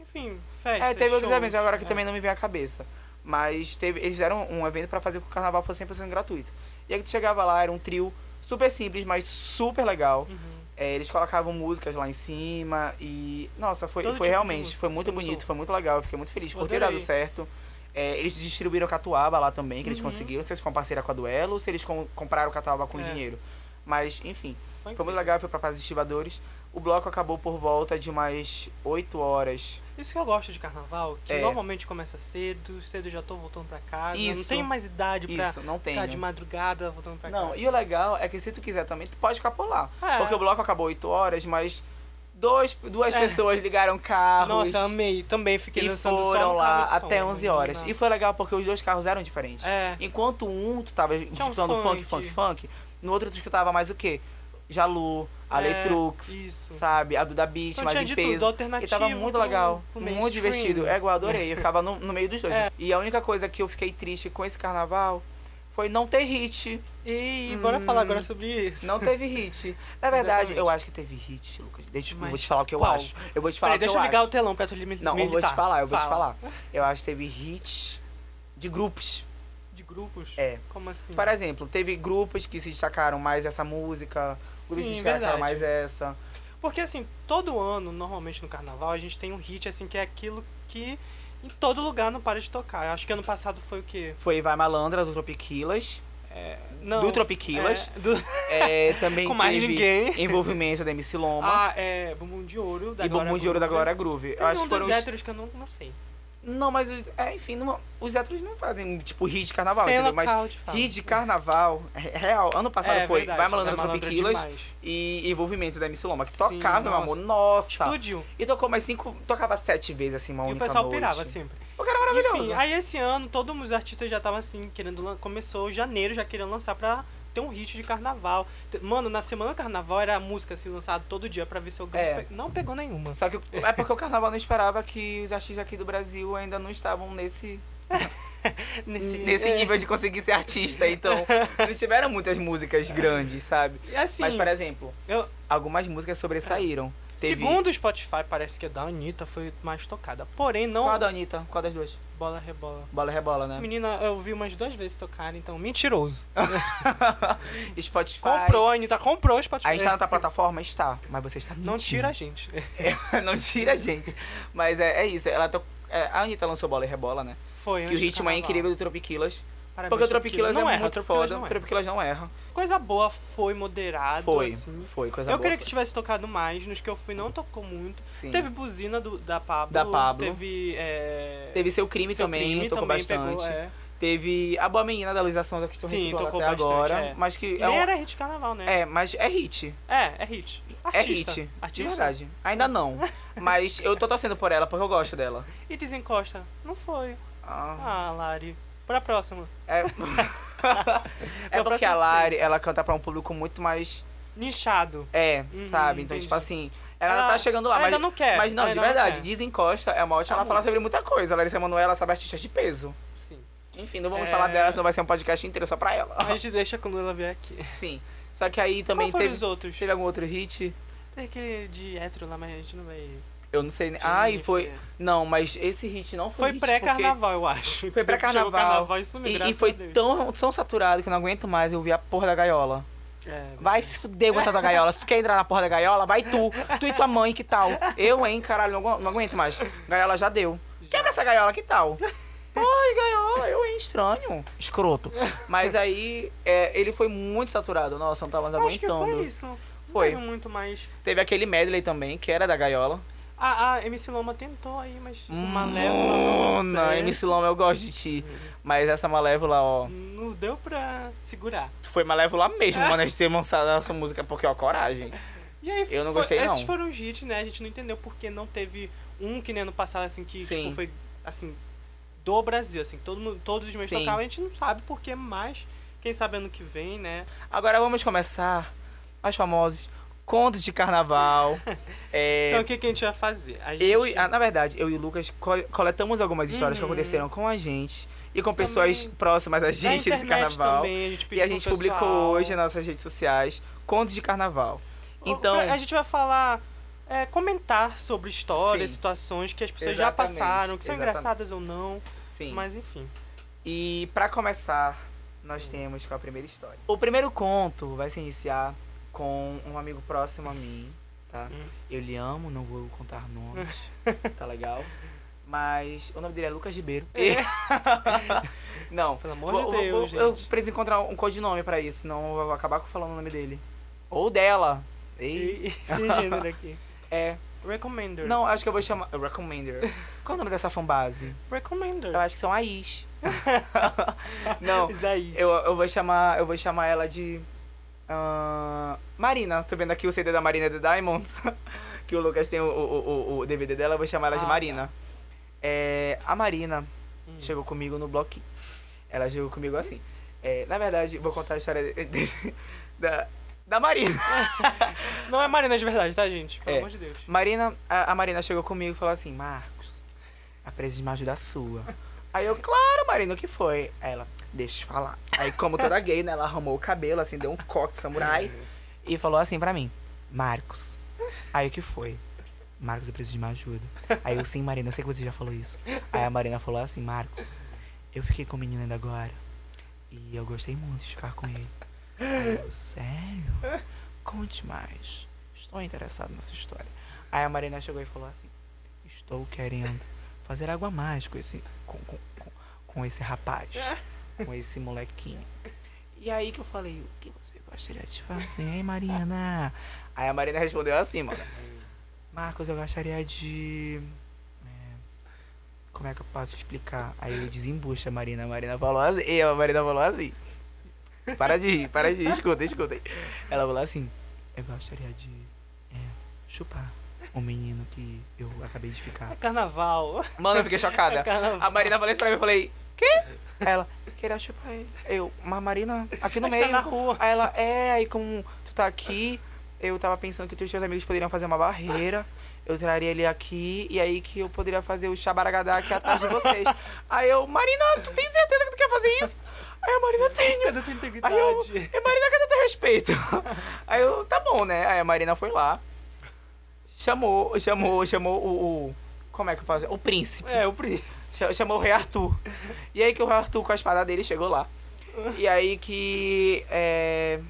Speaker 1: Enfim, festas.
Speaker 2: É, teve outros
Speaker 1: shows,
Speaker 2: eventos agora que
Speaker 1: é.
Speaker 2: também não me vem à cabeça. Mas teve, eles fizeram um evento pra fazer com que o carnaval fosse 100% gratuito. E E aí tu chegava lá, era um trio super simples, mas super legal.
Speaker 1: Uhum.
Speaker 2: É, eles colocavam músicas lá em cima e. Nossa, foi,
Speaker 1: Todo
Speaker 2: foi
Speaker 1: tipo de
Speaker 2: realmente,
Speaker 1: música,
Speaker 2: foi muito
Speaker 1: foi muito
Speaker 2: bonito,
Speaker 1: bom.
Speaker 2: foi muito legal. Eu fiquei muito feliz
Speaker 1: Eu
Speaker 2: por ter dado
Speaker 1: adorei.
Speaker 2: certo. É, eles distribuíram catuaba lá também, que eles
Speaker 1: Uhum.
Speaker 2: conseguiram. Não sei se foi uma parceira com a Duelo ou se eles com- compraram catuaba com
Speaker 1: É.
Speaker 2: dinheiro. Mas, enfim,
Speaker 1: Foi
Speaker 2: foi
Speaker 1: incrível.
Speaker 2: muito legal, foi pra Praça dos Estivadores. O bloco acabou por volta de umas 8 horas.
Speaker 1: Isso que eu gosto de carnaval, que
Speaker 2: É.
Speaker 1: normalmente começa cedo, cedo eu já tô voltando pra casa. Não
Speaker 2: Isso.
Speaker 1: tenho mais idade pra
Speaker 2: Isso, não
Speaker 1: ficar de
Speaker 2: tenho.
Speaker 1: madrugada voltando pra
Speaker 2: Não,
Speaker 1: casa.
Speaker 2: e o legal é que se tu quiser também, tu pode ficar por lá.
Speaker 1: É.
Speaker 2: Porque o bloco acabou 8 horas, mas dois, duas
Speaker 1: É.
Speaker 2: pessoas ligaram carros.
Speaker 1: Nossa, amei. Também fiquei
Speaker 2: E
Speaker 1: dançando só
Speaker 2: foram
Speaker 1: no
Speaker 2: lá
Speaker 1: carro de som, né?
Speaker 2: até
Speaker 1: não
Speaker 2: 11
Speaker 1: lembro
Speaker 2: horas.
Speaker 1: nada.
Speaker 2: E foi legal porque os dois carros eram diferentes.
Speaker 1: É.
Speaker 2: Enquanto um tu tava
Speaker 1: Tinha um
Speaker 2: escutando funk,
Speaker 1: funk.
Speaker 2: funk, funk, no outro tu escutava mais o quê? Jalu, a
Speaker 1: É,
Speaker 2: Letrux,
Speaker 1: isso.
Speaker 2: sabe? A Duda Beat,
Speaker 1: Então
Speaker 2: mais
Speaker 1: tinha
Speaker 2: em
Speaker 1: de
Speaker 2: peso.
Speaker 1: tudo, alternativo.
Speaker 2: E tava muito
Speaker 1: pro-
Speaker 2: legal,
Speaker 1: pro
Speaker 2: muito
Speaker 1: mainstream. É.
Speaker 2: divertido. É igual, adorei. Eu ficava no, no meio dos dois. E a única coisa que eu fiquei triste com esse carnaval foi não ter hit.
Speaker 1: E bora falar
Speaker 2: Hum.
Speaker 1: agora sobre isso.
Speaker 2: Não teve hit. Na verdade,
Speaker 1: Exatamente.
Speaker 2: eu acho que teve hit, Lucas. Deixa, eu
Speaker 1: Mas
Speaker 2: vou te falar o que eu
Speaker 1: qual?
Speaker 2: acho. Eu vou te falar
Speaker 1: Peraí,
Speaker 2: o que
Speaker 1: deixa
Speaker 2: eu
Speaker 1: eu ligar
Speaker 2: acho.
Speaker 1: o telão pra tu limi- militar.
Speaker 2: Não, eu vou te falar, eu vou te falar. Eu acho que teve hits de grupos.
Speaker 1: De grupos?
Speaker 2: É.
Speaker 1: Como assim?
Speaker 2: Por exemplo, teve grupos que se destacaram mais essa música, grupos
Speaker 1: Sim,
Speaker 2: que se destacaram
Speaker 1: verdade.
Speaker 2: mais essa.
Speaker 1: Porque assim, todo ano, normalmente no carnaval, a gente tem um hit assim que é aquilo que em todo lugar não para de tocar. Eu acho que ano passado foi o quê?
Speaker 2: Foi Vai Malandra, do Tropiquilas.
Speaker 1: Não.
Speaker 2: Do Tropiquilas.
Speaker 1: é, do-
Speaker 2: É, também
Speaker 1: Com mais
Speaker 2: teve
Speaker 1: ninguém.
Speaker 2: envolvimento da MC Loma.
Speaker 1: Ah, é. Bumbum de ouro da
Speaker 2: e Bumbum de Ouro da Glória Groove. Eu acho
Speaker 1: um
Speaker 2: que foram
Speaker 1: dos
Speaker 2: os...
Speaker 1: héteros que eu não, não sei.
Speaker 2: Não, mas... É, enfim, não- os héteros não fazem, tipo, hit de carnaval,
Speaker 1: Sem
Speaker 2: entendeu? Mas
Speaker 1: lockout, fala.
Speaker 2: hit de carnaval, é real. Ano passado
Speaker 1: É,
Speaker 2: foi
Speaker 1: verdade,
Speaker 2: Vai
Speaker 1: Vai
Speaker 2: Malandra, do
Speaker 1: Malandra
Speaker 2: Tropiquilas.
Speaker 1: demais.
Speaker 2: E envolvimento da MC Loma, que
Speaker 1: Sim,
Speaker 2: tocava,
Speaker 1: nossa.
Speaker 2: meu
Speaker 1: Tipo
Speaker 2: amor. Nossa!
Speaker 1: Explodiu.
Speaker 2: E tocou mais cinco, tocava sete vezes assim, uma
Speaker 1: E o
Speaker 2: única
Speaker 1: pessoal
Speaker 2: noite.
Speaker 1: pirava sempre.
Speaker 2: O cara é maravilhoso.
Speaker 1: Enfim, aí esse ano todos os artistas já estavam assim, querendo lan- começou janeiro já querendo lançar pra ter um hit de carnaval. Te- Mano, na semana do carnaval era a música assim lançada todo dia pra ver se alguém
Speaker 2: É.
Speaker 1: pe- não pegou nenhuma.
Speaker 2: Só que é porque o carnaval não esperava que os artistas aqui do Brasil ainda não estavam nesse,
Speaker 1: Nesse,
Speaker 2: nesse
Speaker 1: é.
Speaker 2: nível de conseguir ser artista, então não tiveram muitas músicas grandes, sabe?
Speaker 1: E assim,
Speaker 2: Mas, por exemplo,
Speaker 1: eu-
Speaker 2: algumas músicas sobressaíram. Teve...
Speaker 1: É. segundo o Spotify, parece que a da Anitta foi mais tocada. Porém, não
Speaker 2: Qual a da Anitta? Qual das duas?
Speaker 1: bola rebola.
Speaker 2: Bola rebola, né?
Speaker 1: Menina, eu vi umas duas vezes tocar, então mentiroso.
Speaker 2: Spotify.
Speaker 1: Comprou, a Anitta comprou o Spotify.
Speaker 2: A gente está na tua plataforma? Está. Mas você está
Speaker 1: Não tira a
Speaker 2: mentindo. É,
Speaker 1: gente.
Speaker 2: não tira a gente. Mas é, é isso. Ela to- é, a Anitta lançou Bola e Rebola, né?
Speaker 1: Foi
Speaker 2: Que o
Speaker 1: antes do
Speaker 2: ritmo é
Speaker 1: carnaval.
Speaker 2: incrível do Tropiquilas.
Speaker 1: Parabéns,
Speaker 2: Porque o Tropiquilas
Speaker 1: não
Speaker 2: é
Speaker 1: erra,
Speaker 2: muito
Speaker 1: Tropiquilas
Speaker 2: foda.
Speaker 1: não
Speaker 2: O
Speaker 1: erra.
Speaker 2: Tropiquilas não erra.
Speaker 1: Coisa boa foi moderado,
Speaker 2: Foi,
Speaker 1: assim.
Speaker 2: foi, coisa
Speaker 1: eu
Speaker 2: boa.
Speaker 1: queria que tivesse tocado mais, nos que eu fui não tocou muito.
Speaker 2: Sim.
Speaker 1: Teve buzina do- da Pablo.
Speaker 2: Da Pablo.
Speaker 1: Teve. é,
Speaker 2: Teve Seu Crime
Speaker 1: Seu
Speaker 2: também,
Speaker 1: Crime
Speaker 2: tocou
Speaker 1: também
Speaker 2: bastante.
Speaker 1: pegou, é.
Speaker 2: Teve A Boa Menina da Luísa Sonza, que estou
Speaker 1: Sim,
Speaker 2: reciclando
Speaker 1: tocou
Speaker 2: até
Speaker 1: bastante,
Speaker 2: agora.
Speaker 1: é.
Speaker 2: Mas que é,
Speaker 1: Nem
Speaker 2: um-
Speaker 1: era hit de carnaval, né?
Speaker 2: é, mas é hit.
Speaker 1: É, é hit.
Speaker 2: É
Speaker 1: Artista.
Speaker 2: hit. De
Speaker 1: Artista.
Speaker 2: verdade. Ainda não. Mas eu tô torcendo por ela, porque eu gosto dela.
Speaker 1: E desencosta. Não foi.
Speaker 2: Ah,
Speaker 1: Ah, Lari. Pra próxima.
Speaker 2: É, é
Speaker 1: Não,
Speaker 2: porque a
Speaker 1: próximo
Speaker 2: Lari, ela canta pra um público muito mais.
Speaker 1: Nichado.
Speaker 2: É,
Speaker 1: Uhum,
Speaker 2: sabe? Então,
Speaker 1: entendi.
Speaker 2: tipo assim. Ela,
Speaker 1: Ela-
Speaker 2: tá chegando lá,
Speaker 1: ela
Speaker 2: mas.
Speaker 1: ainda não quer,
Speaker 2: Mas não,
Speaker 1: ela
Speaker 2: de
Speaker 1: ainda É, não
Speaker 2: verdade,
Speaker 1: quer.
Speaker 2: desencosta é uma ótima.
Speaker 1: Tá
Speaker 2: ela fala
Speaker 1: muito.
Speaker 2: sobre muita coisa. A Larissa Manoela sabe artistas de peso.
Speaker 1: Sim.
Speaker 2: Enfim, não vamos
Speaker 1: É.
Speaker 2: falar dela, senão vai ser um podcast inteiro só pra ela.
Speaker 1: A gente deixa quando ela vier aqui.
Speaker 2: Sim. Só que
Speaker 1: Também
Speaker 2: aí também
Speaker 1: Qual foram
Speaker 2: teve,
Speaker 1: os outros?
Speaker 2: teve algum outro hit.
Speaker 1: Tem aquele de hétero lá, mas a gente não vai.
Speaker 2: Eu não sei. né? Ah, e
Speaker 1: Gente,
Speaker 2: foi.
Speaker 1: é.
Speaker 2: Não, mas esse hit não foi.
Speaker 1: Foi
Speaker 2: hit
Speaker 1: pré-carnaval, eu acho.
Speaker 2: Foi pré-carnaval.
Speaker 1: Chegou o carnaval e
Speaker 2: porque-
Speaker 1: sumiu,
Speaker 2: E,
Speaker 1: graças
Speaker 2: e foi
Speaker 1: a Deus.
Speaker 2: tão, tão saturado que eu não aguento mais eu vi a porra da gaiola.
Speaker 1: É,
Speaker 2: Vai se fuder com essa tua gaiola. Se tu quer entrar na porra da gaiola, vai tu. Tu e tua mãe, que tal? Eu, hein, caralho, não, agu- não aguento mais. Gaiola já deu. Quebra essa gaiola, que tal? Ai, gaiola, eu, hein, estranho. Escroto. Mas aí, é, ele foi muito saturado. Nossa, eu não tava mais
Speaker 1: Eu Acho que
Speaker 2: aguentando.
Speaker 1: foi isso. Não
Speaker 2: Foi.
Speaker 1: teve muito mais.
Speaker 2: Teve aquele medley também, que era da gaiola. Hum,
Speaker 1: A, a MC Loma tentou aí, mas o Malévola não, deu
Speaker 2: Mona,
Speaker 1: certo.
Speaker 2: MC Loma, eu gosto de ti. Mas essa Malévola, ó.
Speaker 1: não deu pra segurar.
Speaker 2: Tu foi Malévola mesmo quando a gente teve lançado essa música, porque, ó, coragem.
Speaker 1: E aí,
Speaker 2: Eu não
Speaker 1: foi-
Speaker 2: gostei,
Speaker 1: esses
Speaker 2: não.
Speaker 1: foram os hits, né? A gente não entendeu porque não teve um que nem ano passado, assim, que
Speaker 2: Sim.
Speaker 1: tipo, foi, assim, do Brasil, assim. Todo, mundo- todos os meses
Speaker 2: Sim.
Speaker 1: tocavam, a gente não sabe porque, mas quem sabe ano que vem, né?
Speaker 2: Agora vamos começar mais famosos contos de carnaval. É,
Speaker 1: Então o que, que a gente vai fazer? A gente... Uhum.
Speaker 2: eu e, ah, na verdade, eu e o Lucas col- coletamos algumas histórias que aconteceram com a gente e com pessoas
Speaker 1: Também.
Speaker 2: próximas a
Speaker 1: Na
Speaker 2: gente desse
Speaker 1: internet
Speaker 2: carnaval.
Speaker 1: Também, a gente
Speaker 2: E
Speaker 1: pediu
Speaker 2: a
Speaker 1: pro
Speaker 2: gente publicou
Speaker 1: pessoal.
Speaker 2: hoje né? nas nossas redes sociais contos de carnaval. Então,
Speaker 1: A gente vai falar, é, comentar sobre histórias,
Speaker 2: Sim.
Speaker 1: situações que as pessoas
Speaker 2: Exatamente,
Speaker 1: já passaram, que são
Speaker 2: exatamente.
Speaker 1: engraçadas ou não,
Speaker 2: sim.
Speaker 1: mas enfim.
Speaker 2: E pra começar,
Speaker 1: Hum.
Speaker 2: nós temos com a primeira história. O primeiro conto vai se iniciar com um amigo próximo a mim, tá?
Speaker 1: Hum.
Speaker 2: Eu lhe amo, não vou contar nomes, tá legal? Mas o nome dele é Lucas Ribeiro. não,
Speaker 1: Pelo amor de
Speaker 2: vou-
Speaker 1: Deus,
Speaker 2: vou- eu
Speaker 1: gente.
Speaker 2: preciso encontrar um codinome pra isso, senão eu vou acabar falando o nome dele. Ou dela.
Speaker 1: E-
Speaker 2: Ei.
Speaker 1: Esse gênero aqui.
Speaker 2: É.
Speaker 1: Recommender.
Speaker 2: Não, acho que eu vou chamar. Recommender. Qual é o nome dessa fanbase?
Speaker 1: Recommender.
Speaker 2: Eu acho que são a Is. Ah, não,
Speaker 1: Isso aí.
Speaker 2: Eu, eu vou chamar. Eu vou chamar ela de. ah, Marina. Tô vendo aqui o CD da Marina The Diamonds. que o Lucas tem o, o, o, o DVD dela, eu vou chamar ela de
Speaker 1: Ah,
Speaker 2: Marina. É, a Marina
Speaker 1: Hum.
Speaker 2: chegou comigo no bloquinho. Ela chegou comigo assim. É, na verdade, vou contar a história de- desse- da, da Marina.
Speaker 1: Não é Marina de verdade, tá, gente? Pelo
Speaker 2: É.
Speaker 1: amor de Deus.
Speaker 2: Marina, a, a Marina chegou comigo e falou assim, Marcos, a presa de me ajuda sua. Aí eu, claro, Marina, o que foi? Aí ela, deixa eu falar. Aí, como toda gay, né, ela arrumou o cabelo, assim, deu um coque samurai e falou assim pra mim, Marcos. Aí o que foi? Marcos, eu preciso de uma ajuda. Aí eu, sim, Marina, eu sei que você já falou isso. Aí a Marina falou assim, Marcos, eu fiquei com o menino ainda agora e eu gostei muito de ficar com ele. Aí eu, sério? Conte mais. Estou interessado nessa história. Aí a Marina chegou e falou assim: Estou querendo fazer água a mais com esse, com, com, com, com esse rapaz, com esse molequinho. E aí que eu falei: O que você gostaria de fazer, hein, Marina? Aí a Marina respondeu assim, mano: Marcos, eu gostaria de. é, Como é que eu posso explicar? Aí eu desembucha a Marina. A Marina falou assim. e A Marina falou assim. Para de rir, para de rir. Escuta, escuta. aí. Ela falou assim. Eu gostaria de é, chupar o menino que eu acabei de
Speaker 1: É
Speaker 2: ficar.
Speaker 1: carnaval.
Speaker 2: Mano, eu fiquei
Speaker 1: É
Speaker 2: chocada.
Speaker 1: carnaval.
Speaker 2: A Marina falou isso pra mim, eu falei, quê? Ela, queria chupar ele. Eu, mas Marina, aqui no
Speaker 1: Mas tá
Speaker 2: meio.
Speaker 1: na rua.
Speaker 2: Aí ela, é, aí como tu tá aqui, eu tava pensando que os teus amigos poderiam fazer uma barreira. Eu traria ele aqui e aí que eu poderia fazer o xabaragadá aqui atrás de vocês. Aí eu, Marina, tu tem certeza que tu quer fazer isso? Aí a Marina, tenho.
Speaker 1: Cadê tua integridade?
Speaker 2: Aí eu, e Marina, cadê teu respeito? Aí eu, tá bom, né? Aí a Marina foi lá, chamou, chamou, chamou o, o- como é que eu posso dizer? O príncipe.
Speaker 1: É, o príncipe.
Speaker 2: Cha- Chamou o rei Arthur. E aí que o rei Arthur com a espada dele chegou lá. E aí que, é...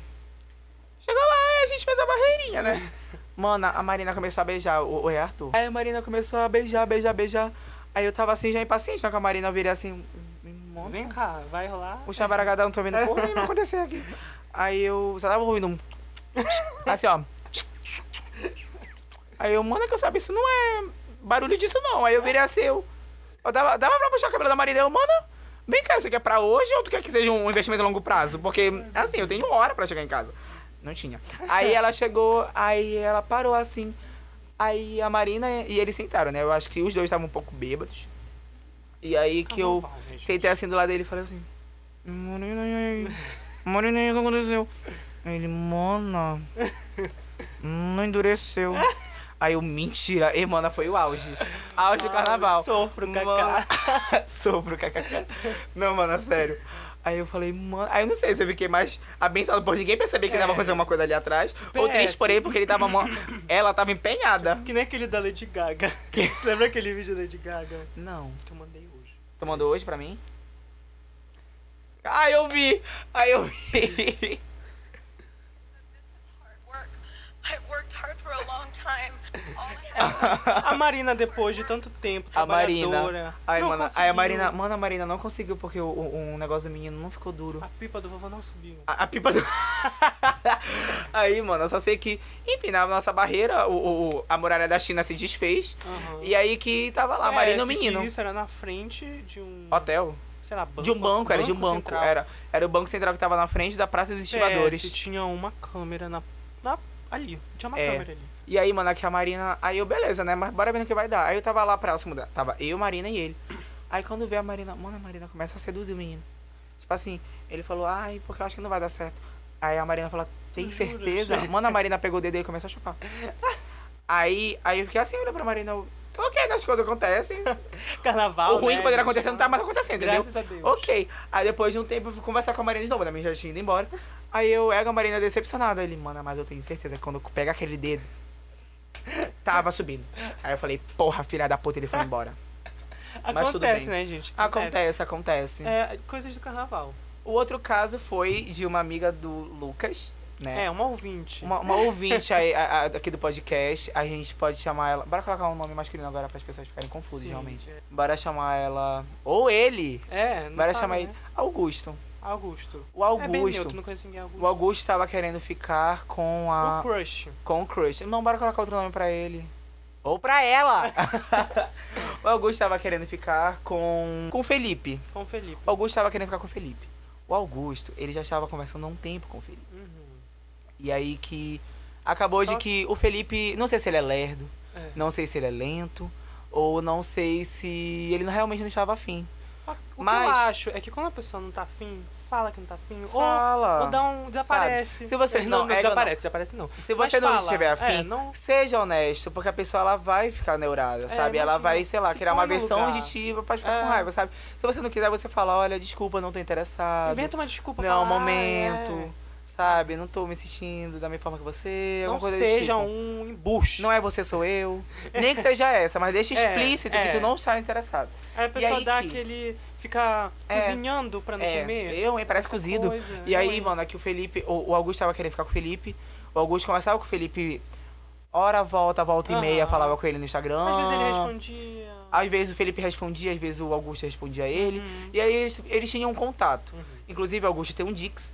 Speaker 2: Chegou lá e a gente fez a barreirinha, né? Mano, a Marina começou a beijar o, o rei Arthur. Aí a Marina começou a beijar, beijar, beijar. Aí eu tava assim, já impaciente, né? Com a Marina, eu virei assim... "Mona,
Speaker 1: Vem cá, vai rolar.
Speaker 2: o chabaragadá não tô vendo porra nenhuma acontecer aqui. Aí eu só tava ouvindo um... Assim, ó. Aí eu, mano, que eu sabia, isso não é barulho disso não. Aí eu virei assim, eu... eu dava, dava pra puxar a câmera da Marina, eu, mano... Vem cá, isso aqui é pra hoje ou tu quer que seja um investimento a longo prazo? Porque, assim, eu tenho hora pra chegar em casa. Não tinha. Aí ela chegou, aí ela parou assim. Aí a Marina e eles sentaram, né? Eu acho que os dois estavam um pouco bêbados. E aí que eu...
Speaker 1: Carnaval, gente.
Speaker 2: Sentei assim do lado dele e falei assim: Marina, e aí? Marina, e aí, o que aconteceu? Aí Ele, mona, não endureceu. Aí eu, mentira. E, mana, foi o auge. Auge do
Speaker 1: Ah,
Speaker 2: carnaval.
Speaker 1: Sofro,
Speaker 2: Mano.
Speaker 1: cacá.
Speaker 2: Sopro, kkk. Não, mano, sério. Aí eu falei, mano. Aí eu não sei se eu fiquei mais abençoado por ninguém perceber que
Speaker 1: É.
Speaker 2: tava acontecendo uma coisa ali atrás. Ou
Speaker 1: PS.
Speaker 2: triste por ele, porque ele tava. mó- Ela tava empenhada.
Speaker 1: Que nem aquele da Lady Gaga.
Speaker 2: Que-
Speaker 1: Lembra aquele vídeo da Lady Gaga
Speaker 2: Não.
Speaker 1: que eu mandei hoje?
Speaker 2: Tu mandou hoje pra mim? Ah, eu vi! Ah, eu vi!
Speaker 3: This is hard work. I've worked hard for a long time. All I have
Speaker 1: A Marina, depois de tanto tempo,
Speaker 2: A
Speaker 1: trabalhadora,
Speaker 2: Marina. Ai,
Speaker 1: não
Speaker 2: mano. Ai, a
Speaker 1: conseguiu.
Speaker 2: Marina. Mano, a Marina não conseguiu porque o, o- o negócio do menino não ficou duro.
Speaker 1: A pipa do vovô não subiu.
Speaker 2: A, a pipa do. Aí, mano, eu só sei que, enfim, na nossa barreira, o, o- o- a muralha da China se desfez.
Speaker 1: Aham.
Speaker 2: E aí que tava lá, a
Speaker 1: É,
Speaker 2: Marina e o
Speaker 1: se que
Speaker 2: menino.
Speaker 1: Isso era na frente de um.
Speaker 2: Hotel.
Speaker 1: Sei lá, banco.
Speaker 2: de um banco, era de um banco.
Speaker 1: central.
Speaker 2: Era, era o banco central que tava na frente da Praça
Speaker 1: É,
Speaker 2: dos
Speaker 1: se
Speaker 2: Estivadores.
Speaker 1: tinha uma câmera na, na- ali. Tinha uma
Speaker 2: É.
Speaker 1: câmera ali.
Speaker 2: E aí, mano, aqui a Marina. Aí eu, beleza, né? Mas bora ver no que vai dar. Aí eu tava lá próximo da. Tava eu, Marina e ele. Aí quando vê a Marina. Mano, a Marina começa a seduzir o menino. Tipo assim, ele falou, ai, porque eu acho que não vai dar certo. Aí a Marina fala, tem
Speaker 1: Jura,
Speaker 2: certeza?
Speaker 1: gente?
Speaker 2: Mano, a Marina pegou o dedo dele e começou a chupar. Aí, aí eu fiquei assim, olhando pra Marina. eu, Ok, né, as coisas acontecem.
Speaker 1: Carnaval.
Speaker 2: o ruim
Speaker 1: né,
Speaker 2: que poderia
Speaker 1: gente?
Speaker 2: acontecer não tá mais acontecendo, entendeu?
Speaker 1: Graças a Deus.
Speaker 2: Ok. Aí depois de um tempo eu fui conversar com a Marina de novo, né? Minha já tinha ido embora. Aí eu ego a Marina decepcionada. Ele, mano, mas eu tenho certeza que quando eu pegar aquele dedo, tava subindo. Aí eu falei, porra, filha da puta, ele foi embora.
Speaker 1: Acontece,
Speaker 2: mas tudo bem.
Speaker 1: né, gente?
Speaker 2: Acontece, acontece.
Speaker 1: É, coisas do carnaval.
Speaker 2: O outro caso foi de uma amiga do Lucas, né?
Speaker 1: É, uma ouvinte.
Speaker 2: Uma, uma ouvinte aí, a- a- aqui do podcast, a gente pode chamar ela. Bora colocar um nome masculino agora para as pessoas ficarem confusas,
Speaker 1: Sim.
Speaker 2: realmente. Bora chamar ela. Ou ele!
Speaker 1: É, não
Speaker 2: Bora
Speaker 1: sabe,
Speaker 2: chamar
Speaker 1: né?
Speaker 2: ele. Augusto.
Speaker 1: Augusto.
Speaker 2: O
Speaker 1: É bem
Speaker 2: Augusto.
Speaker 1: neutro, não conheço ninguém Augusto.
Speaker 2: o Augusto Ah. tava querendo ficar com a.
Speaker 1: O Crush.
Speaker 2: Com o crush. Não, bora colocar outro nome pra ele. Ou pra ela! o Augusto tava querendo ficar com. Com o Felipe.
Speaker 1: Com o Felipe.
Speaker 2: O Augusto tava querendo ficar com o Felipe. O Augusto, ele já estava conversando há um tempo com o Felipe.
Speaker 1: Uhum.
Speaker 2: E aí que. Acabou
Speaker 1: Só
Speaker 2: de que o Felipe. Não sei se ele é lerdo,
Speaker 1: É.
Speaker 2: não sei se ele é lento, ou não sei se ele não- realmente não estava afim.
Speaker 1: Ah, O que eu
Speaker 2: Mas-
Speaker 1: acho é que quando a pessoa não tá afim, fala que não tá afim. Ou,
Speaker 2: Fala!
Speaker 1: ou dá um. Desaparece.
Speaker 2: Se você-
Speaker 1: não,
Speaker 2: não, é,
Speaker 1: desaparece, desaparece não.
Speaker 2: Se
Speaker 1: Mas
Speaker 2: você não
Speaker 1: fala.
Speaker 2: estiver afim,
Speaker 1: É, não-
Speaker 2: seja honesto, porque a pessoa ela vai ficar neurada,
Speaker 1: É,
Speaker 2: sabe? Ela
Speaker 1: imagina,
Speaker 2: vai, sei lá,
Speaker 1: se
Speaker 2: criar uma
Speaker 1: põe no
Speaker 2: versão
Speaker 1: lugar.
Speaker 2: de ti pra ficar
Speaker 1: É.
Speaker 2: com raiva, sabe? Se você não quiser, você fala, olha, desculpa, não tô interessado.
Speaker 1: Inventa uma desculpa
Speaker 2: não, é
Speaker 1: pra
Speaker 2: um
Speaker 1: falar,
Speaker 2: momento,
Speaker 1: é.
Speaker 2: sabe? Não tô me sentindo da mesma forma que você,
Speaker 1: Não
Speaker 2: alguma coisa desse
Speaker 1: seja
Speaker 2: tipo.
Speaker 1: um embuste.
Speaker 2: Não é você, sou eu. Nem que seja essa, mas deixa
Speaker 1: É,
Speaker 2: explícito
Speaker 1: é.
Speaker 2: que tu não está interessado.
Speaker 1: Aí a pessoa
Speaker 2: aí
Speaker 1: dá
Speaker 2: que-
Speaker 1: aquele. fica
Speaker 2: É.
Speaker 1: cozinhando pra não
Speaker 2: é,
Speaker 1: comer.
Speaker 2: eu, hein? Parece
Speaker 1: Essa
Speaker 2: cozido.
Speaker 1: coisa,
Speaker 2: E
Speaker 1: eu,
Speaker 2: aí,
Speaker 1: hein?
Speaker 2: mano, é que o Felipe, o, o Augusto tava querendo ficar com o Felipe. O Augusto conversava com o Felipe, hora volta, volta e
Speaker 1: Aham.
Speaker 2: meia, falava com ele no Instagram.
Speaker 1: Às vezes ele respondia.
Speaker 2: Às vezes o Felipe respondia, às vezes o Augusto respondia a ele.
Speaker 1: Uhum.
Speaker 2: E aí eles, eles tinham um contato.
Speaker 1: Uhum.
Speaker 2: Inclusive, o Augusto tem um Dix.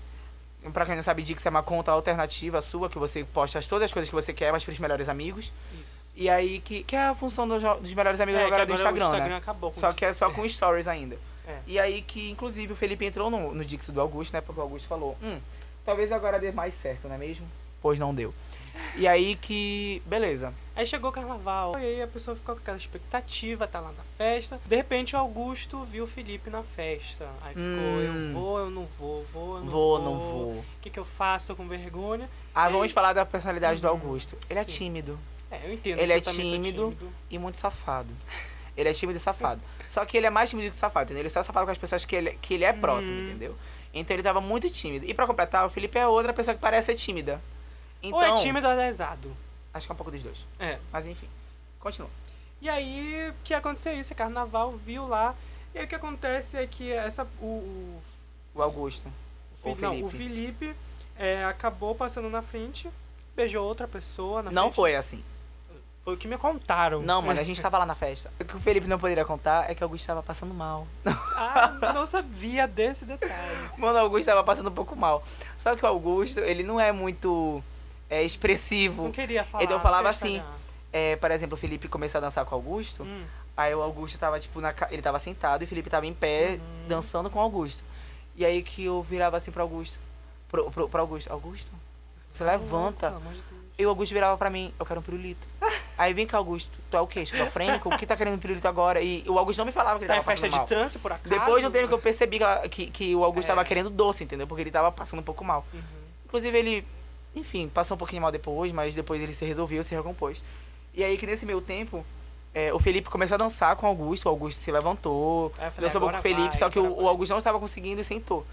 Speaker 2: Pra quem não sabe, Dix é uma conta alternativa sua, que você posta todas as coisas que você quer, mas pros melhores amigos.
Speaker 1: Isso.
Speaker 2: E aí, que, que é a função dos, dos melhores amigos
Speaker 1: É, que
Speaker 2: agora do
Speaker 1: agora
Speaker 2: Instagram,
Speaker 1: o Instagram
Speaker 2: né?
Speaker 1: acabou com
Speaker 2: Só
Speaker 1: isso.
Speaker 2: que é só com stories ainda.
Speaker 1: É.
Speaker 2: E aí que, inclusive, o Felipe entrou no, no Dix do Augusto, né? Porque o Augusto falou, hum, talvez agora dê mais certo, não é mesmo? Pois não deu. E aí que, beleza.
Speaker 1: Aí chegou o carnaval, e aí a pessoa ficou com aquela expectativa, tá lá na festa. De repente o Augusto viu o Felipe na festa. Aí ficou,
Speaker 2: Hum.
Speaker 1: eu vou, eu não vou, vou, eu não
Speaker 2: Vou, não vou.
Speaker 1: O que, que eu faço? Tô com vergonha.
Speaker 2: Ah,
Speaker 1: E-
Speaker 2: vamos falar da personalidade do
Speaker 1: Uhum.
Speaker 2: Augusto. Ele é
Speaker 1: Sim.
Speaker 2: tímido
Speaker 1: É, eu entendo.
Speaker 2: Ele
Speaker 1: eu
Speaker 2: é
Speaker 1: também sou
Speaker 2: tímido. e muito safado. Ele é tímido e safado. Só que ele é mais tímido que safado, entendeu? Ele só é safado com as pessoas que ele, que ele é próximo,
Speaker 1: Hum.
Speaker 2: entendeu? Então ele tava muito tímido. E pra completar, o Felipe é outra pessoa que parece ser tímida. Então,
Speaker 1: Ou é tímido ou é lesado.
Speaker 2: acho que é um pouco dos dois.
Speaker 1: É.
Speaker 2: Mas enfim, continua.
Speaker 1: E aí, o que aconteceu isso? É carnaval, viu lá. E aí o que acontece é que essa, o, o,
Speaker 2: O Augusto.
Speaker 1: Fi-
Speaker 2: Ou
Speaker 1: não, o
Speaker 2: Felipe.
Speaker 1: Felipe é, acabou passando na frente, beijou outra pessoa na
Speaker 2: não
Speaker 1: frente.
Speaker 2: foi assim.
Speaker 1: Foi o que me contaram. É.
Speaker 2: Não, mano, a gente tava lá na festa. O que o Felipe não poderia contar é que o Augusto tava passando mal.
Speaker 1: Ah, não sabia desse detalhe.
Speaker 2: Mano, o Augusto tava passando um pouco mal. Só que o Augusto, ele não é muito é, expressivo.
Speaker 1: Não queria falar.
Speaker 2: Então eu falava
Speaker 1: deixa
Speaker 2: assim,
Speaker 1: olhar.
Speaker 2: É, por exemplo, o Felipe começou a dançar com o Augusto.
Speaker 1: Hum,
Speaker 2: Aí o Augusto tava, tipo, na ca- ele tava sentado e o Felipe tava em pé,
Speaker 1: Uhum.
Speaker 2: dançando com o Augusto. E aí que eu virava assim pro Augusto. Pro, pro, pro Augusto. Augusto? Você levanta.
Speaker 1: pelo amor de Deus.
Speaker 2: E o Augusto virava pra mim, eu quero um pirulito. aí vem cá, Augusto, tu é o quê? Esquizofrênico? O que tá querendo um pirulito agora? E o Augusto não me falava que ele
Speaker 1: Tá em
Speaker 2: tava
Speaker 1: festa
Speaker 2: passando
Speaker 1: de
Speaker 2: mal.
Speaker 1: transe, por acaso?
Speaker 2: Depois de um tempo que eu percebi que, ela- que, que o Augusto
Speaker 1: É.
Speaker 2: tava querendo doce, entendeu? Porque ele tava passando um pouco mal.
Speaker 1: Uhum.
Speaker 2: Inclusive, ele, enfim, passou um pouquinho mal depois, mas depois ele se resolveu, se recompôs. E aí que nesse meio tempo, é, o Felipe começou a dançar com o Augusto, o Augusto se levantou,
Speaker 1: Aí eu falei,
Speaker 2: dançou um pouco com
Speaker 1: agora
Speaker 2: o Felipe,
Speaker 1: vai,
Speaker 2: só que o,
Speaker 1: agora vai.
Speaker 2: o Augusto não estava conseguindo e sentou.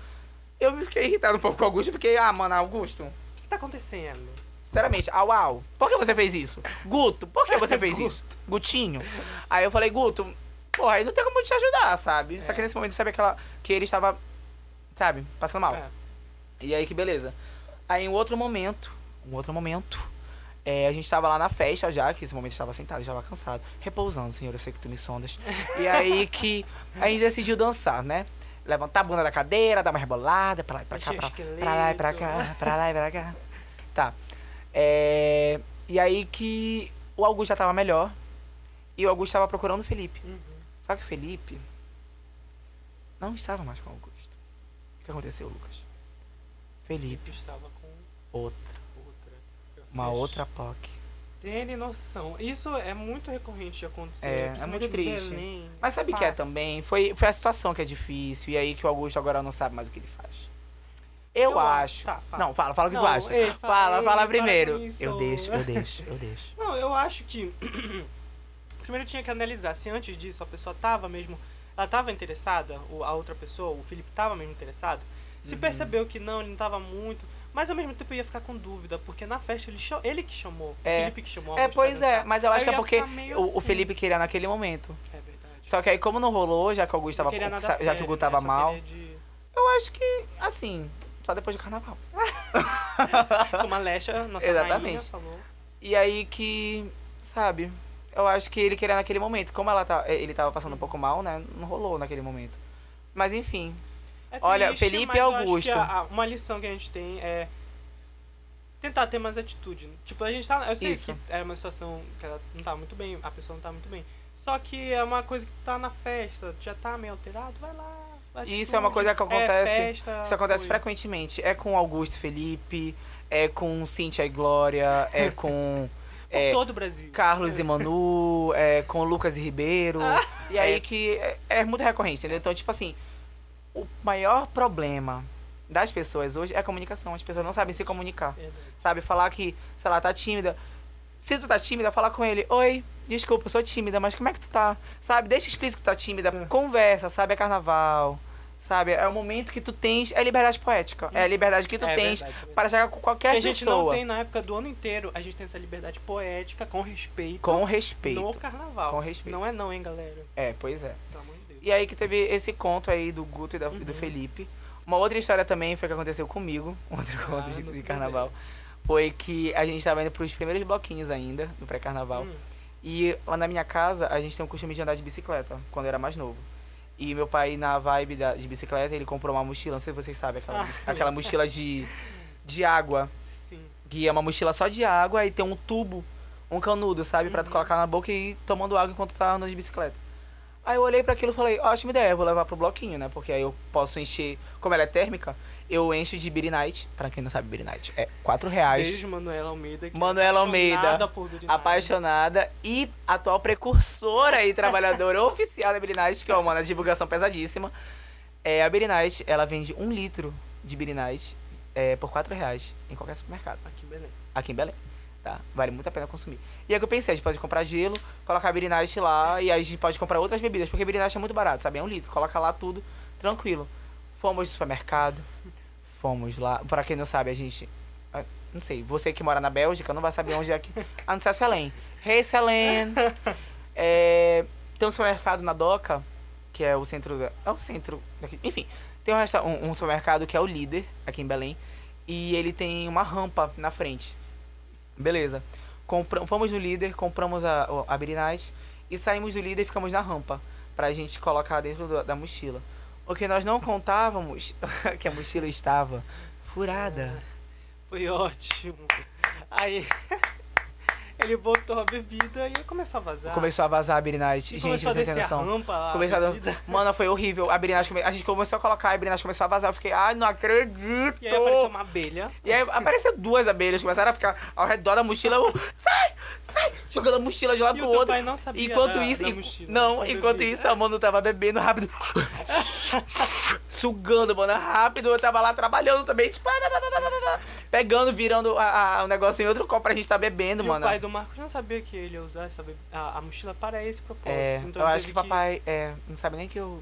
Speaker 2: Eu me fiquei irritado um pouco com o Augusto, eu fiquei, ah, mano, Augusto,
Speaker 1: O que tá acontecendo?
Speaker 2: sinceramente, au au, por que você fez isso? Guto, por que você fez
Speaker 1: Guto.
Speaker 2: isso? Gutinho. Aí eu falei, Guto, porra, aí não tem como te ajudar, sabe? Só
Speaker 1: É.
Speaker 2: que nesse momento, sabe aquela, que ele estava, sabe, passando mal.
Speaker 1: É.
Speaker 2: E aí que beleza. Aí em outro momento, um outro momento, é, a gente tava lá na festa já, que esse momento eu estava sentado, já estava cansado, repousando, senhor, eu sei que tu me sondas. E aí que a gente decidiu dançar, né? Levantar a bunda da cadeira, dar uma rebolada, pra lá e pra cá,
Speaker 1: Mexer
Speaker 2: pra,
Speaker 1: esqueleto.
Speaker 2: pra lá e pra cá, pra lá e pra cá. Tá. É, e aí que o Augusto já tava melhor e o Augusto tava procurando o Felipe.
Speaker 1: Uhum.
Speaker 2: Só que o Felipe não estava mais com o Augusto. O que aconteceu, Lucas? Felipe
Speaker 1: Felipe estava com
Speaker 2: outra.
Speaker 1: outra.
Speaker 2: Uma
Speaker 1: Vocês
Speaker 2: outra POC.
Speaker 1: Terem noção. Isso é muito recorrente de acontecer.
Speaker 2: É, é
Speaker 1: principalmente
Speaker 2: muito
Speaker 1: em
Speaker 2: triste.
Speaker 1: Belém.
Speaker 2: Mas sabe o que é
Speaker 1: Fácil.
Speaker 2: também? Foi, foi a situação que é difícil. E aí que o Augusto agora não sabe mais o que ele faz. Eu,
Speaker 1: Eu acho-
Speaker 2: acho.
Speaker 1: tá, fala.
Speaker 2: Não, fala, fala o que
Speaker 1: Não,
Speaker 2: tu acha.
Speaker 1: ei, fala,
Speaker 2: fala,
Speaker 1: ei,
Speaker 2: fala
Speaker 1: para com
Speaker 2: primeiro.
Speaker 1: isso.
Speaker 2: Eu deixo, eu deixo, eu deixo.
Speaker 1: Não, eu acho que. Primeiro tinha que analisar se antes disso a pessoa tava mesmo. Ela tava interessada, ou a outra pessoa, o Felipe tava mesmo interessado.
Speaker 2: Uhum.
Speaker 1: Se percebeu que não, ele não tava muito. Mas ao mesmo tempo eu ia ficar com dúvida, porque na festa ele, cha- ele que chamou.
Speaker 2: É.
Speaker 1: O Felipe que chamou. a
Speaker 2: É,
Speaker 1: Augusto pra
Speaker 2: pois é,
Speaker 1: dançar.
Speaker 2: mas eu acho
Speaker 1: Aí
Speaker 2: que é
Speaker 1: ia
Speaker 2: porque
Speaker 1: ficar meio
Speaker 2: o, o
Speaker 1: assim.
Speaker 2: Felipe queria naquele momento.
Speaker 1: É verdade.
Speaker 2: Só que aí, como não rolou, já que o Augusto
Speaker 1: Não
Speaker 2: tava.
Speaker 1: queria nada
Speaker 2: Já que o
Speaker 1: sério,
Speaker 2: Guto
Speaker 1: né?
Speaker 2: tava
Speaker 1: Só
Speaker 2: mal.
Speaker 1: queria de-
Speaker 2: Eu acho que, assim, só depois do carnaval.
Speaker 1: Como a Lesha, nossa rainha,
Speaker 2: Exatamente.
Speaker 1: falou.
Speaker 2: E aí que, sabe, eu acho que ele queria naquele momento. Como ela tá, ele tava passando um pouco mal, né? Não rolou naquele momento. Mas enfim,
Speaker 1: É
Speaker 2: Olha,
Speaker 1: triste,
Speaker 2: Felipe
Speaker 1: mas eu acho que
Speaker 2: Augusto.
Speaker 1: a- a- uma lição que a gente tem é tentar ter mais atitude. né? Tipo, a gente tá. Eu sei
Speaker 2: Isso.
Speaker 1: que era uma situação que ela não tá muito bem, a pessoa não tá muito bem. Só que é uma coisa que tá na festa, já tá meio alterado, vai lá.
Speaker 2: E isso é uma coisa que
Speaker 1: atitude,
Speaker 2: acontece-
Speaker 1: É festa,
Speaker 2: isso acontece
Speaker 1: coisa.
Speaker 2: frequentemente. É com Augusto Felipe, é com Cíntia e Glória, é com
Speaker 1: Por
Speaker 2: é,
Speaker 1: todo o Brasil.
Speaker 2: Carlos e Manu, é, com Lucas e Ribeiro. E aí
Speaker 1: É.
Speaker 2: que é, é muito recorrente, entendeu? Então, tipo assim, o maior problema das pessoas hoje é a comunicação. As pessoas não sabem se comunicar.
Speaker 1: É Verdade.
Speaker 2: Sabe, falar que, sei lá, tá tímida. Se tu tá tímida, falar com ele. Oi, desculpa, eu sou tímida, mas como é que tu tá? Sabe, deixa explícito que tu tá tímida.
Speaker 1: É.
Speaker 2: Conversa, sabe, é carnaval. Sabe, é o momento que tu tens. É liberdade poética. É a liberdade que tu
Speaker 1: É
Speaker 2: tens
Speaker 1: verdade, é verdade.
Speaker 2: para chegar com qualquer
Speaker 1: Que a
Speaker 2: pessoa.
Speaker 1: gente não tem na época do ano inteiro, a gente tem essa liberdade poética com respeito,
Speaker 2: Com respeito.
Speaker 1: no carnaval.
Speaker 2: Com respeito.
Speaker 1: Não é não, hein, galera?
Speaker 2: É, pois é.
Speaker 1: Pelo amor de Deus.
Speaker 2: E aí que teve esse conto aí do Guto e da- do
Speaker 1: Uhum.
Speaker 2: Felipe. Uma outra história também foi que aconteceu comigo, um outro
Speaker 1: Ah,
Speaker 2: conto de,
Speaker 1: não
Speaker 2: de
Speaker 1: sei
Speaker 2: carnaval.
Speaker 1: disso.
Speaker 2: Foi que a gente tava indo pros primeiros bloquinhos ainda, no pré-carnaval.
Speaker 1: Hum.
Speaker 2: E lá na minha casa, a gente tem o costume de andar de bicicleta, quando eu era mais novo. E meu pai, na vibe da- de bicicleta, ele comprou uma mochila, não sei se vocês sabem, aquela,
Speaker 1: Ah.
Speaker 2: aquela mochila de, de água.
Speaker 1: Sim.
Speaker 2: Que é uma mochila só de água e tem um tubo, um canudo, sabe? Pra tu
Speaker 1: Uhum.
Speaker 2: colocar na boca e ir tomando água enquanto tá andando de bicicleta. Aí eu olhei pra aquilo e falei, ótima ideia, vou levar pro bloquinho, né? Porque aí eu posso encher, como ela é térmica, eu encho de Birinite. Pra quem não sabe, Birinite é 4 reais.
Speaker 1: Beijo, Manuela Almeida. que é
Speaker 2: Manuela Almeida,
Speaker 1: apaixonada por Birinalha.
Speaker 2: apaixonada e atual precursora e trabalhadora oficial da Birinite, que é uma divulgação pesadíssima. É, a Birinite, ela vende um litro de Birinite é, por 4 reais em qualquer supermercado
Speaker 1: Aqui em Belém.
Speaker 2: aqui em Belém. Tá? Vale muito a pena consumir. E aí que eu pensei, a gente pode comprar gelo, colocar birinage lá e aí a gente pode comprar outras bebidas, porque birinage é muito barato, sabe? É um litro, coloca lá tudo, tranquilo. Fomos no supermercado, fomos lá. Pra quem não sabe, a gente. ah, Não sei, você que mora na Bélgica não vai saber onde é que. A não ser a Selene. Hey, Selene! É, tem um supermercado na Doca, que é o centro. da- É o centro. Daqui, enfim, tem um, resta- um, um supermercado que é o líder aqui em Belém. E ele tem uma rampa na frente. Beleza. Compra, fomos no líder, compramos a, o- a Birinite e saímos do líder e ficamos na rampa. Pra gente colocar dentro do- da mochila. O que nós não contávamos que a mochila estava furada.
Speaker 1: Ah, Foi ótimo. Aí ele botou a bebida e aí começou a vazar.
Speaker 2: Começou a vazar a Birinite.
Speaker 1: Tá. e
Speaker 2: Gente,
Speaker 1: começou
Speaker 2: não
Speaker 1: a
Speaker 2: tem
Speaker 1: descer a
Speaker 2: noção.
Speaker 1: rampa. a
Speaker 2: Começou a dançar.
Speaker 1: bebida.
Speaker 2: Mano, foi horrível. A Birinage come... A gente começou a colocar, a Birinage começou a vazar. Eu fiquei, ai, não acredito.
Speaker 1: E aí apareceu uma abelha.
Speaker 2: E aí apareceu duas abelhas, começaram a ficar ao redor da mochila. Eu, sai, sai, jogando a mochila de um lado
Speaker 1: E
Speaker 2: pro
Speaker 1: o teu
Speaker 2: outro.
Speaker 1: pai não sabia
Speaker 2: Enquanto
Speaker 1: da-
Speaker 2: isso,
Speaker 1: da
Speaker 2: en-
Speaker 1: mochila,
Speaker 2: não,
Speaker 1: da
Speaker 2: enquanto
Speaker 1: bebida.
Speaker 2: isso, a mano tava bebendo rápido. sugando, mano, rápido. Eu tava lá trabalhando também, tipo, ah, tá, tá, tá, tá, tá, pegando, virando a- a- o negócio em outro copo pra gente tá bebendo,
Speaker 1: E
Speaker 2: mano.
Speaker 1: o pai do Marcos não sabia que ele ia usar essa be- a, a mochila para esse propósito.
Speaker 2: É,
Speaker 1: então
Speaker 2: eu
Speaker 1: ele
Speaker 2: acho que
Speaker 1: teve
Speaker 2: papai é, não sabe nem que eu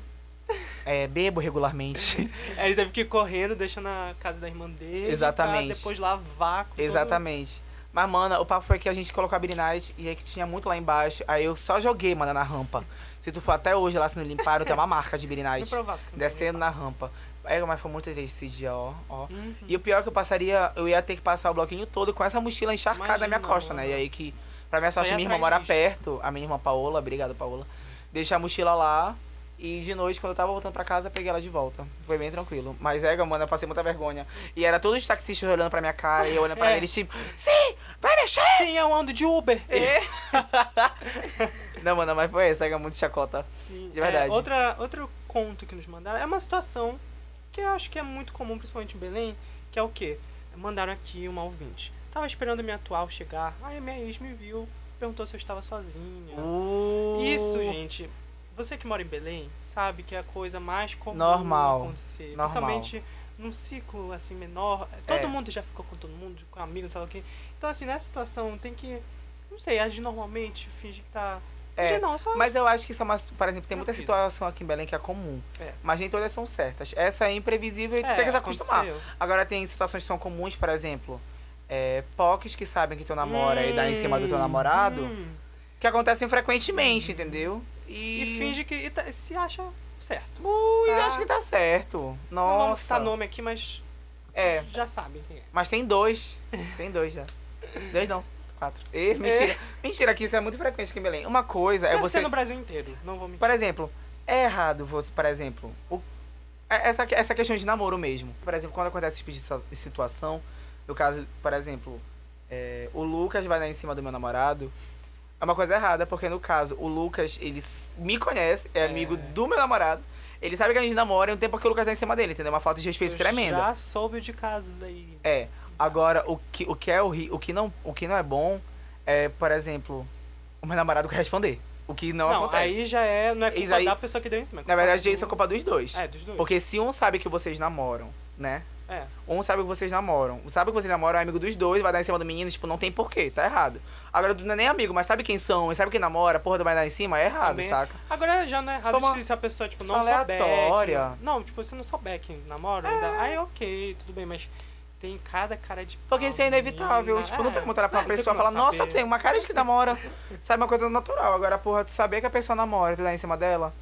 Speaker 2: é, bebo regularmente.
Speaker 1: Aí ele teve que ir correndo, deixando na casa da irmã dele.
Speaker 2: Exatamente.
Speaker 1: Pra depois lavar com todo-
Speaker 2: Exatamente. Mas, mana, o papo foi que a gente colocou a Birinite e aí que tinha muito lá embaixo. Aí eu só joguei, mana, na rampa. Se tu for até hoje lá, se não limparam, tem uma marca de
Speaker 1: Não
Speaker 2: Birinite
Speaker 1: provava que não tem
Speaker 2: descendo na rampa. É, mas foi muito triste esse dia, ó, ó.
Speaker 1: Uhum.
Speaker 2: E o pior é que eu passaria, eu ia ter que passar o bloquinho todo com essa mochila encharcada na minha
Speaker 1: Imagina,
Speaker 2: costa, né?
Speaker 1: mano.
Speaker 2: E aí que, pra minha sorte,
Speaker 1: ia
Speaker 2: minha irmã
Speaker 1: atrás
Speaker 2: mora
Speaker 1: disso.
Speaker 2: perto, a minha irmã Paola, obrigado Paola, deixei a mochila lá e de noite, quando eu tava voltando pra casa, peguei ela de volta. Foi bem tranquilo. Mas é, mano, eu passei muita vergonha. E era todos os taxistas olhando pra minha cara e eu olhando pra
Speaker 1: É.
Speaker 2: eles, tipo, sim, vai mexer!
Speaker 1: Sim, eu ando de Uber.
Speaker 2: É.
Speaker 1: É.
Speaker 2: Não, mano, mas foi essa, é muito chacota.
Speaker 1: Sim,
Speaker 2: De verdade.
Speaker 1: é, outra, outro conto que nos mandaram é uma situação que eu acho que é muito comum, principalmente em Belém, que é o quê? Mandaram aqui uma ouvinte. Tava esperando minha atual chegar, aí minha ex me viu, perguntou se eu estava sozinha. Isso,
Speaker 2: Uh,
Speaker 1: gente. Você que mora em Belém sabe que é a coisa mais comum
Speaker 2: Normal.
Speaker 1: acontecer.
Speaker 2: Normal.
Speaker 1: Principalmente num ciclo assim menor. Todo
Speaker 2: É.
Speaker 1: mundo já ficou com todo mundo, com amigos, sei lá o quê. Então, assim, nessa situação tem que. Não sei, agir normalmente, finge que tá.
Speaker 2: É,
Speaker 1: Finge não, só.
Speaker 2: Mas eu acho que isso é uma. Por exemplo, tem muita
Speaker 1: Tranquilo.
Speaker 2: situação aqui em Belém que é comum.
Speaker 1: É.
Speaker 2: Mas nem todas são certas. Essa é imprevisível e tu
Speaker 1: É,
Speaker 2: tem que se acostumar.
Speaker 1: aconteceu.
Speaker 2: Agora tem situações que são comuns, por exemplo. É, POCs que sabem que tu namora e dá em cima do teu
Speaker 1: Hum,
Speaker 2: namorado.
Speaker 1: hum.
Speaker 2: Que acontecem frequentemente, entendeu? E.
Speaker 1: E finge que. e tá- se acha certo.
Speaker 2: Ui,
Speaker 1: Tá.
Speaker 2: acho que tá certo.
Speaker 1: Não vamos
Speaker 2: Nossa.
Speaker 1: citar nome aqui, mas
Speaker 2: É,
Speaker 1: já sabem quem é.
Speaker 2: mas tem dois. Tem dois já. dois não. Quatro. Ê, mentira. Mentira, que isso é muito frequente aqui em Belém. Uma coisa é
Speaker 1: É. Deve
Speaker 2: você.
Speaker 1: ser no Brasil inteiro, não vou mentir.
Speaker 2: Por exemplo, é errado você, por exemplo, o- é- essa, essa questão de namoro mesmo. Por exemplo, quando acontece esse tipo de si- situação, no caso, por exemplo, é, o Lucas vai dar em cima do meu namorado, é uma coisa errada, porque no caso, o Lucas, ele s- me conhece, é amigo do meu namorado, ele sabe que a gente namora e não tem porque o Lucas dá em cima dele, entendeu? É uma falta de respeito
Speaker 1: Eu
Speaker 2: tremenda.
Speaker 1: Já soube de casos aí.
Speaker 2: É. Agora, o que, o que é horri- o que não, o que não é bom é, por exemplo, o meu namorado corresponder. O que não,
Speaker 1: Não,
Speaker 2: acontece.
Speaker 1: aí já é. Não é
Speaker 2: Isso
Speaker 1: culpa
Speaker 2: aí-
Speaker 1: da pessoa que deu em cima. é
Speaker 2: Na
Speaker 1: culpa
Speaker 2: verdade,
Speaker 1: do-
Speaker 2: isso é culpa dos dois.
Speaker 1: É, dos dois.
Speaker 2: Porque se um sabe que vocês namoram, né?
Speaker 1: É.
Speaker 2: Um sabe que vocês namoram. Um sabe que vocês namoram, é amigo dos dois, vai dar em cima do menino, tipo, não tem porquê, tá errado. Agora, não é nem amigo, mas sabe quem são, e sabe quem namora, porra, vai dar em cima, é errado,
Speaker 1: Também.
Speaker 2: saca?
Speaker 1: Agora já não é errado
Speaker 2: Só uma-
Speaker 1: se- se a pessoa, tipo,
Speaker 2: só
Speaker 1: não
Speaker 2: aleatória. É.
Speaker 1: souber. que- Não, tipo, se não souber que namora, ainda. Aí ok, tudo bem, mas tem cada cara de.
Speaker 2: Porque
Speaker 1: pau,
Speaker 2: isso é inevitável.
Speaker 1: menina.
Speaker 2: Tipo, não tem como olhar pra
Speaker 1: É,
Speaker 2: uma
Speaker 1: não tem
Speaker 2: pessoa e
Speaker 1: como
Speaker 2: falar,
Speaker 1: não
Speaker 2: nossa,
Speaker 1: saber.
Speaker 2: tem uma cara de que namora. Sabe, uma coisa natural. Agora, porra, tu saber que a pessoa namora, tu dá em cima dela.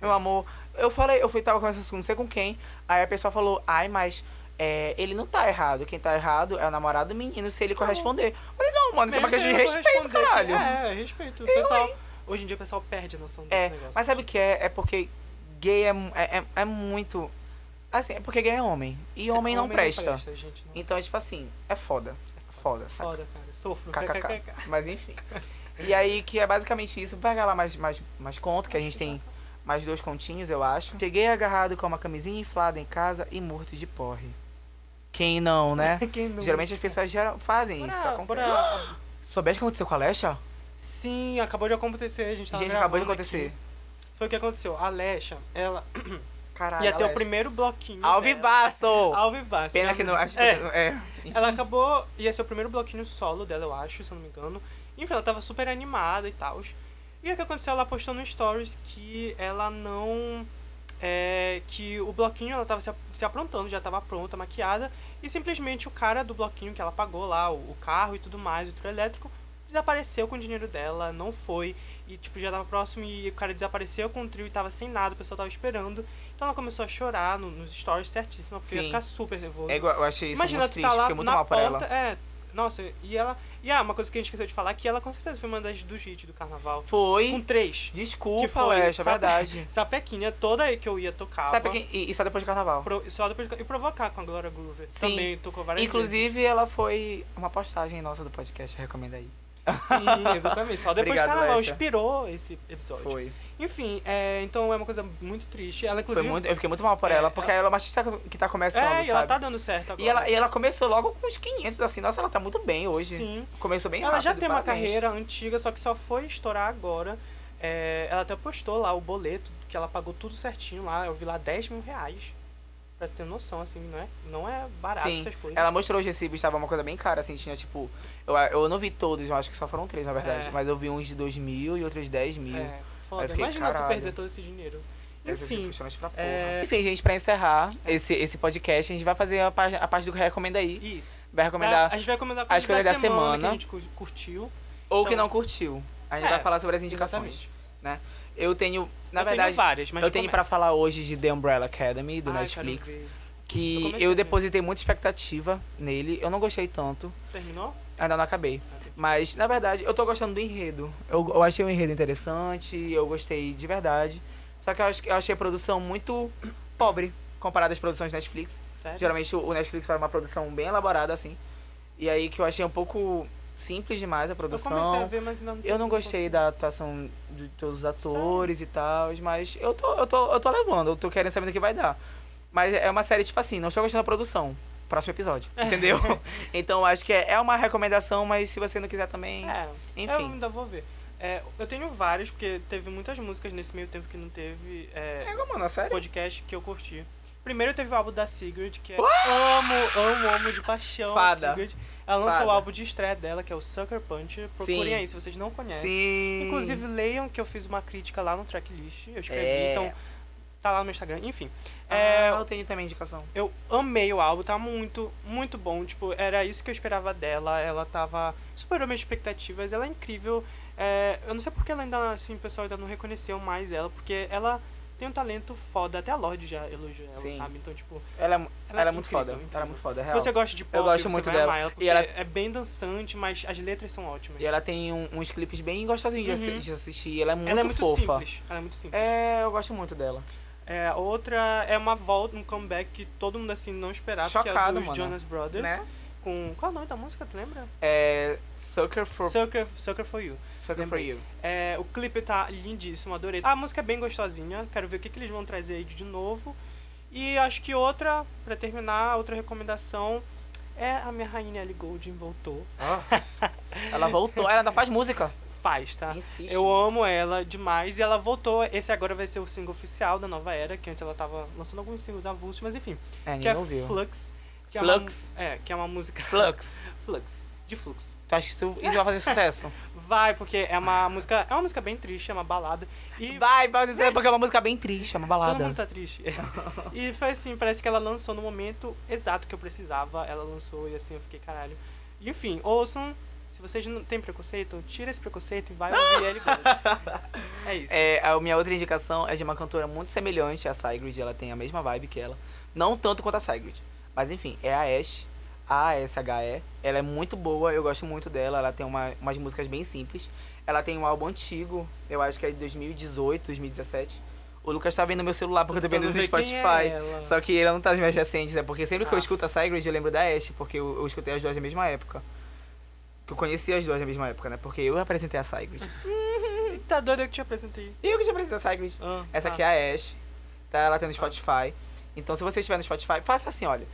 Speaker 2: Meu amor, eu falei, eu fui tava conversando com não sei com quem. Aí a pessoa falou, ai, mas é, ele não tá errado. Quem tá errado é o namorado do menino, se ele corresponder. Eu falei, não, mano, isso é uma
Speaker 1: Mesmo
Speaker 2: questão de
Speaker 1: se não
Speaker 2: respeito,
Speaker 1: corresponder,
Speaker 2: caralho. um
Speaker 1: É, é respeito. O pessoal, hoje em dia o pessoal perde a noção desse
Speaker 2: É,
Speaker 1: negócio.
Speaker 2: mas sabe o que é? É porque gay é, mu- é, é, é muito. Assim, é porque gay é homem. E homem, não, presta.
Speaker 1: gente, não
Speaker 2: Então é tipo assim, é foda. Foda, saca?
Speaker 1: Foda, cara. Sofro.
Speaker 2: KKK. Mas enfim. E aí, que é basicamente isso. Vai lá mais, mais, mais conto, que a gente tem mais dois continhos, eu acho. Cheguei agarrado com uma camisinha inflada em casa e morto de porre. Quem não, né?
Speaker 1: Quem não?
Speaker 2: Geralmente as pessoas geram, fazem
Speaker 1: Bora-
Speaker 2: isso. Acontece.
Speaker 1: bora-
Speaker 2: Soubeste o que aconteceu com a Alexa?
Speaker 1: Sim, acabou de acontecer, a gente tava
Speaker 2: gente, acabou de
Speaker 1: Tá gravando
Speaker 2: acontecer.
Speaker 1: aqui. Foi o que aconteceu. A Lesha, ela
Speaker 2: Caralho.
Speaker 1: ia ter o
Speaker 2: Alexa.
Speaker 1: primeiro bloquinho. dela.
Speaker 2: Alvivaço!
Speaker 1: Alvivaço.
Speaker 2: Pena que não. Acho que
Speaker 1: É.
Speaker 2: é.
Speaker 1: Ela acabou, ia ser o primeiro bloquinho solo dela, eu acho, se eu não me engano. Enfim, ela tava super animada e tal. E o que aconteceu? Ela postou no Stories que ela não. é, que o bloquinho ela tava se, ap- se aprontando, já tava pronta, maquiada. E simplesmente o cara do bloquinho que ela pagou lá, o, o carro e tudo mais, o trio elétrico, desapareceu com o dinheiro dela, não foi. E tipo, já tava próximo e o cara desapareceu com o trio e tava sem nada, o pessoal tava esperando. Então ela começou a chorar no- nos stories certíssima, porque ia
Speaker 2: Sim.
Speaker 1: ficar super nervosa.
Speaker 2: É igual, eu achei isso
Speaker 1: Imagina,
Speaker 2: muito
Speaker 1: tu
Speaker 2: triste,
Speaker 1: tá lá
Speaker 2: fiquei muito
Speaker 1: na
Speaker 2: mal pra
Speaker 1: porta,
Speaker 2: ela.
Speaker 1: é. Nossa, e ela. E ah, uma coisa que a gente esqueceu de falar, que ela com certeza foi uma das dos hits do carnaval. Com
Speaker 2: Foi.
Speaker 1: três.
Speaker 2: Desculpa,
Speaker 1: que foi,
Speaker 2: Alexa, é
Speaker 1: sabe-
Speaker 2: verdade.
Speaker 1: Sapequinha toda aí que eu ia tocar.
Speaker 2: Sabe quem. E, e só depois do carnaval.
Speaker 1: Só depois de- E provocar com a Glória Groover.
Speaker 2: Sim.
Speaker 1: Também tocou
Speaker 2: é
Speaker 1: várias
Speaker 2: Inclusive, ela foi uma postagem nossa do podcast, recomenda aí.
Speaker 1: vezes. Sim, exatamente. Só depois
Speaker 2: Obrigado,
Speaker 1: do carnaval.
Speaker 2: Lesha.
Speaker 1: Inspirou esse episódio. Enfim, é, então é uma coisa muito triste. Ela,
Speaker 2: Foi
Speaker 1: inclusive.
Speaker 2: muito, eu fiquei muito mal por ela,
Speaker 1: É,
Speaker 2: porque ela é uma artista que tá começando,
Speaker 1: É,
Speaker 2: sabe?
Speaker 1: e ela tá dando certo agora.
Speaker 2: e, ela, e ela começou logo com uns 500, assim. Nossa, ela tá muito bem hoje.
Speaker 1: Sim.
Speaker 2: Começou bem
Speaker 1: Ela já
Speaker 2: rápido,
Speaker 1: tem uma
Speaker 2: parabéns.
Speaker 1: carreira antiga, só que só foi estourar agora. É, ela até postou lá o boleto, que ela pagou tudo certinho lá. Eu vi lá 10 mil reais. Pra ter noção, assim, não é, não é barato
Speaker 2: Sim.
Speaker 1: essas coisas.
Speaker 2: Ela mostrou os recibos, tava uma coisa bem cara, assim. Tinha, tipo... Eu, eu não vi todos, eu acho que só foram três, na verdade.
Speaker 1: É.
Speaker 2: Mas eu vi uns de 2 mil e outros de 10 mil.
Speaker 1: É,
Speaker 2: Aí eu
Speaker 1: foda.
Speaker 2: fiquei,
Speaker 1: Imagina tu
Speaker 2: caralho.
Speaker 1: perder todo esse dinheiro.
Speaker 2: Essa eu fiquei
Speaker 1: Enfim,
Speaker 2: frustrante pra porra.
Speaker 1: é-
Speaker 2: Enfim, gente, pra encerrar esse, esse podcast, a gente vai fazer a, pá- a parte do que recomenda aí.
Speaker 1: isso.
Speaker 2: Vai recomendar
Speaker 1: a gente vai comentar
Speaker 2: as coisas da
Speaker 1: que a
Speaker 2: semana.
Speaker 1: gente cu- curtiu.
Speaker 2: ou que
Speaker 1: então-
Speaker 2: não curtiu. A gente
Speaker 1: É,
Speaker 2: vai falar sobre as indicações.
Speaker 1: Exatamente.
Speaker 2: Eu tenho, na
Speaker 1: eu
Speaker 2: verdade,
Speaker 1: tenho várias, mas
Speaker 2: eu tenho pra
Speaker 1: começa. Ah,
Speaker 2: falar hoje de The Umbrella Academy do
Speaker 1: Ai,
Speaker 2: Netflix,
Speaker 1: quero ver. Eu
Speaker 2: que
Speaker 1: comecei
Speaker 2: eu
Speaker 1: a ver.
Speaker 2: depositei muita expectativa nele. Eu não gostei tanto,
Speaker 1: Terminou?
Speaker 2: ainda não acabei.
Speaker 1: Ah, tá.
Speaker 2: Mas na verdade, eu tô gostando do enredo. Eu, eu achei o enredo interessante, eu gostei de verdade. Só que eu, acho, que eu achei a produção muito pobre comparada às produções Netflix.
Speaker 1: Sério?
Speaker 2: Geralmente o o Netflix faz uma produção bem elaborada assim. E aí que eu achei um pouco simples demais a
Speaker 1: eu
Speaker 2: produção.
Speaker 1: comecei a ver, mas ainda não
Speaker 2: Eu não
Speaker 1: terminei.
Speaker 2: gostei da atuação de todos os atores e tal, mas eu tô, eu, tô, eu tô levando, eu tô querendo saber do que vai dar. Mas é uma série, tipo assim, não estou gostando da produção. Próximo episódio, entendeu? então acho que é, é uma recomendação, mas se você não quiser também.
Speaker 1: É,
Speaker 2: Enfim.
Speaker 1: Eu ainda vou ver. É, eu tenho vários, porque teve muitas músicas nesse meio tempo que não teve é,
Speaker 2: mano, a série?
Speaker 1: podcast que eu curti. Primeiro teve o álbum da Sigrid, que é amo, amo, amo de paixão. a
Speaker 2: Fada.
Speaker 1: Sigrid. Ela lançou
Speaker 2: Fada.
Speaker 1: o álbum de estreia dela, que é o Sucker Punch. Procurem
Speaker 2: Sim.
Speaker 1: aí se vocês não conhecem.
Speaker 2: Sim.
Speaker 1: Inclusive, leiam que eu fiz uma crítica lá no tracklist. Eu escrevi,
Speaker 2: É.
Speaker 1: então tá lá no Instagram. Enfim.
Speaker 2: Ah,
Speaker 1: é,
Speaker 2: eu tenho também indicação.
Speaker 1: eu amei o álbum, tá muito, muito bom. Tipo, era isso que eu esperava dela. Ela tava. superou minhas expectativas, ela é incrível. É, eu não sei porque ela ainda, assim, o pessoal ainda não reconheceu mais ela, porque ela tem um talento foda. Até a Lorde já elogia ela,
Speaker 2: Sim.
Speaker 1: sabe? Então, tipo,
Speaker 2: Ela, é mu-
Speaker 1: Ela é
Speaker 2: ela, é muito
Speaker 1: incrível,
Speaker 2: foda.
Speaker 1: incrível.
Speaker 2: Ela é muito foda, é
Speaker 1: se
Speaker 2: real.
Speaker 1: você gosta de pop,
Speaker 2: gosto
Speaker 1: você
Speaker 2: muito
Speaker 1: vai
Speaker 2: dela.
Speaker 1: amar ela, porque
Speaker 2: E ela-
Speaker 1: é bem dançante, mas as letras são ótimas.
Speaker 2: E ela tem um- uns clipes bem gostosinhos de assi-
Speaker 1: Uhum.
Speaker 2: de assistir. Ela é muito,
Speaker 1: Ela é muito
Speaker 2: fofa.
Speaker 1: simples. Ela é muito simples.
Speaker 2: É, eu gosto muito dela.
Speaker 1: É, outra é uma volta, um comeback que todo mundo assim não esperava, que é
Speaker 2: Chocado,
Speaker 1: dos
Speaker 2: mano.
Speaker 1: Jonas Brothers.
Speaker 2: Né?
Speaker 1: Com. Qual é o nome da música? Tu lembra?
Speaker 2: É. Sucker for,
Speaker 1: Sucker, Sucker for You.
Speaker 2: Sucker for
Speaker 1: lembrei.
Speaker 2: You.
Speaker 1: É, o clipe tá lindíssimo, adorei. A música é bem gostosinha, quero ver o que, que eles vão trazer aí de novo. E acho que outra, pra terminar, outra recomendação é a minha rainha Ellie Goulding voltou.
Speaker 2: ela voltou. Ela ainda faz música.
Speaker 1: Faz, tá?
Speaker 2: Insiste.
Speaker 1: Eu amo ela demais e ela voltou. Esse agora vai ser o single oficial da nova era, que antes ela tava lançando alguns singles avulsos, mas enfim.
Speaker 2: É,
Speaker 1: que
Speaker 2: ninguém
Speaker 1: é
Speaker 2: ouviu.
Speaker 1: Flux. que é uma-
Speaker 2: Flux.
Speaker 1: é, que é uma música.
Speaker 2: Flux.
Speaker 1: Flux. De fluxo.
Speaker 2: Tu acha que tu, isso vai fazer sucesso?
Speaker 1: Vai, porque é uma música. É uma música bem triste, é uma balada. E
Speaker 2: Vai, vai dizer, porque é uma música bem triste, é uma
Speaker 1: todo mundo
Speaker 2: balada.
Speaker 1: tá triste. e foi assim, parece que ela lançou no momento exato que eu precisava. Ela lançou e assim eu fiquei, caralho. E, enfim, ouçam. Se vocês não têm preconceito, tira esse preconceito e vai ouvir ele. É isso.
Speaker 2: É, a minha outra indicação é de uma cantora muito semelhante à Sigrid, ela tem a mesma vibe que ela. Não tanto quanto a Sigrid, mas enfim, é a Ash, A-S-H-E. Ela é muito boa, eu gosto muito dela, ela tem uma, umas músicas bem simples. Ela tem um álbum antigo, eu acho que é de 2018, 2017. O Lucas tá vendo meu celular porque eu tô vendo
Speaker 1: Tentando
Speaker 2: no
Speaker 1: ver quem é
Speaker 2: Spotify.
Speaker 1: ela.
Speaker 2: Só que ela não tá nas minhas recentes, é porque sempre que eu
Speaker 1: Ah.
Speaker 2: escuto a Sigrid, eu lembro da Ash, porque eu, eu escutei as duas na mesma época. Que eu conheci as duas na mesma época, né? Porque eu apresentei a Sigrid.
Speaker 1: Tá doido eu que te apresentei.
Speaker 2: E eu que te apresentei a Sigrid.
Speaker 1: Ah,
Speaker 2: Essa
Speaker 1: tá.
Speaker 2: aqui é a Ash, tá? Ela tem no Spotify. Então, se você estiver no Spotify, faça assim, olha.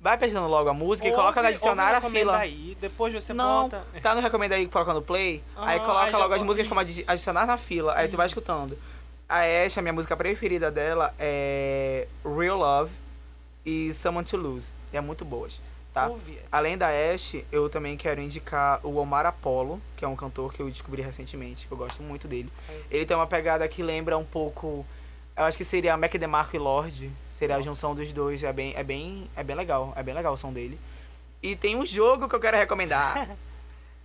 Speaker 2: Vai pesquisando logo a música e coloca na
Speaker 1: Ouve-
Speaker 2: dicionário a
Speaker 1: ouve, recomenda
Speaker 2: fila.
Speaker 1: Aí, depois você
Speaker 2: não,
Speaker 1: bota.
Speaker 2: tá no recomenda aí, coloca no play. aí
Speaker 1: Ah,
Speaker 2: coloca
Speaker 1: aí já
Speaker 2: logo as
Speaker 1: bota.
Speaker 2: músicas como adi- adicionar na fila. Aí tu vai
Speaker 1: Isso.
Speaker 2: escutando. A Ash, a minha música preferida dela é Real Love e Someone to Lose. E é muito boas, tá?
Speaker 1: Ouve essa.
Speaker 2: Além da Ash, eu também quero indicar o Omar Apollo, que é um cantor que eu descobri recentemente, que eu gosto muito dele.
Speaker 1: É.
Speaker 2: Ele tem uma pegada que lembra um pouco. Eu acho que seria Mac DeMarco e Lorde. Seria a junção dos dois. É bem, é bem, é bem legal. É bem legal o som dele. E tem um jogo que eu quero recomendar.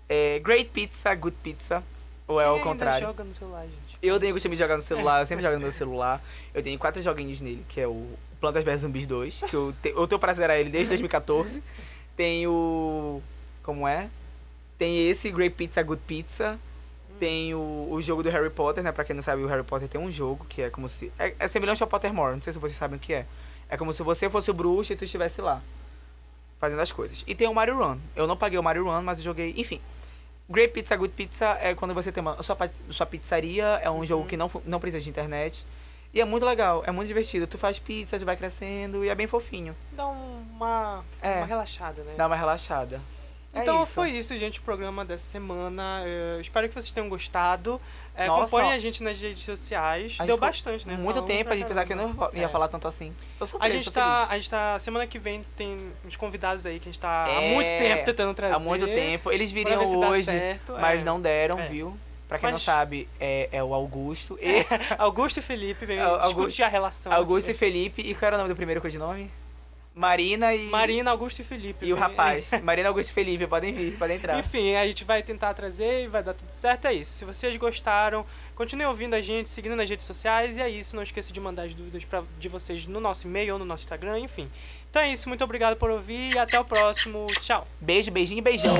Speaker 2: é Great Pizza, Good Pizza. Ou é
Speaker 1: Quem
Speaker 2: ao
Speaker 1: ainda
Speaker 2: contrário.
Speaker 1: joga no celular, gente?
Speaker 2: Eu tenho costume de jogar no celular, eu sempre jogo no meu celular. Eu tenho quatro joguinhos nele, que é o Plantas vs Zumbis 2, que eu, te, eu tenho pra zerar ele desde 2014. Tem o. Como é? Tem esse, Great Pizza, Good Pizza. Tem o, o jogo do Harry Potter, né? Pra quem não sabe, o Harry Potter tem um jogo que é como se. É, é semelhante ao Pottermore, não sei se vocês sabem o que é. É como se você fosse o bruxo e tu estivesse lá, fazendo as coisas. E tem o Mario Run. Eu não paguei o Mario Run, mas eu joguei. Enfim, Great Pizza Good Pizza é quando você tem uma sua, pa- sua pizzaria, é um
Speaker 1: Uhum.
Speaker 2: jogo que não, fu- não precisa de internet. E é muito legal, é muito divertido. Tu faz pizza, tu vai crescendo e é bem fofinho.
Speaker 1: Dá um, uma,
Speaker 2: É.
Speaker 1: uma relaxada, né?
Speaker 2: Dá uma relaxada. É
Speaker 1: Então
Speaker 2: isso.
Speaker 1: foi isso, gente, o programa dessa semana. Eu espero que vocês tenham gostado. É,
Speaker 2: Nossa.
Speaker 1: acompanhem a gente nas redes sociais.
Speaker 2: A gente
Speaker 1: Deu
Speaker 2: foi
Speaker 1: bastante, né?
Speaker 2: Muito
Speaker 1: Falamos
Speaker 2: tempo
Speaker 1: pra
Speaker 2: a gente pensar que eu não
Speaker 1: caramba.
Speaker 2: ia
Speaker 1: É.
Speaker 2: falar tanto assim. Tô
Speaker 1: A
Speaker 2: surpresa,
Speaker 1: gente,
Speaker 2: tô
Speaker 1: tá,
Speaker 2: feliz.
Speaker 1: a gente tá. Semana que vem tem uns convidados aí que a gente tá há
Speaker 2: É,
Speaker 1: muito tempo tentando trazer.
Speaker 2: Há muito tempo. Eles
Speaker 1: pra
Speaker 2: viriam
Speaker 1: ver se dá
Speaker 2: hoje,
Speaker 1: certo,
Speaker 2: mas
Speaker 1: é.
Speaker 2: não deram,
Speaker 1: É.
Speaker 2: viu? Pra quem não
Speaker 1: Mas-
Speaker 2: sabe, é, é o Augusto. E,
Speaker 1: Augusto e Felipe vêm
Speaker 2: Au- Augusto-
Speaker 1: discutir a relação.
Speaker 2: Augusto e Felipe. E qual era o nome do primeiro codinome? Marina e.
Speaker 1: Marina, Augusto e Felipe.
Speaker 2: E o
Speaker 1: vêm-
Speaker 2: rapaz. Marina, Augusto e Felipe. Podem vir, podem entrar.
Speaker 1: Enfim, a gente vai tentar trazer e vai dar tudo certo. É isso. Se vocês gostaram, continuem ouvindo a gente, seguindo nas redes sociais. E é isso. Não esqueça de mandar as dúvidas pra, de vocês no nosso e-mail ou no nosso Instagram, enfim. Então é isso. Muito obrigado por ouvir e até o próximo. Tchau.
Speaker 2: Beijo, beijinho e beijão.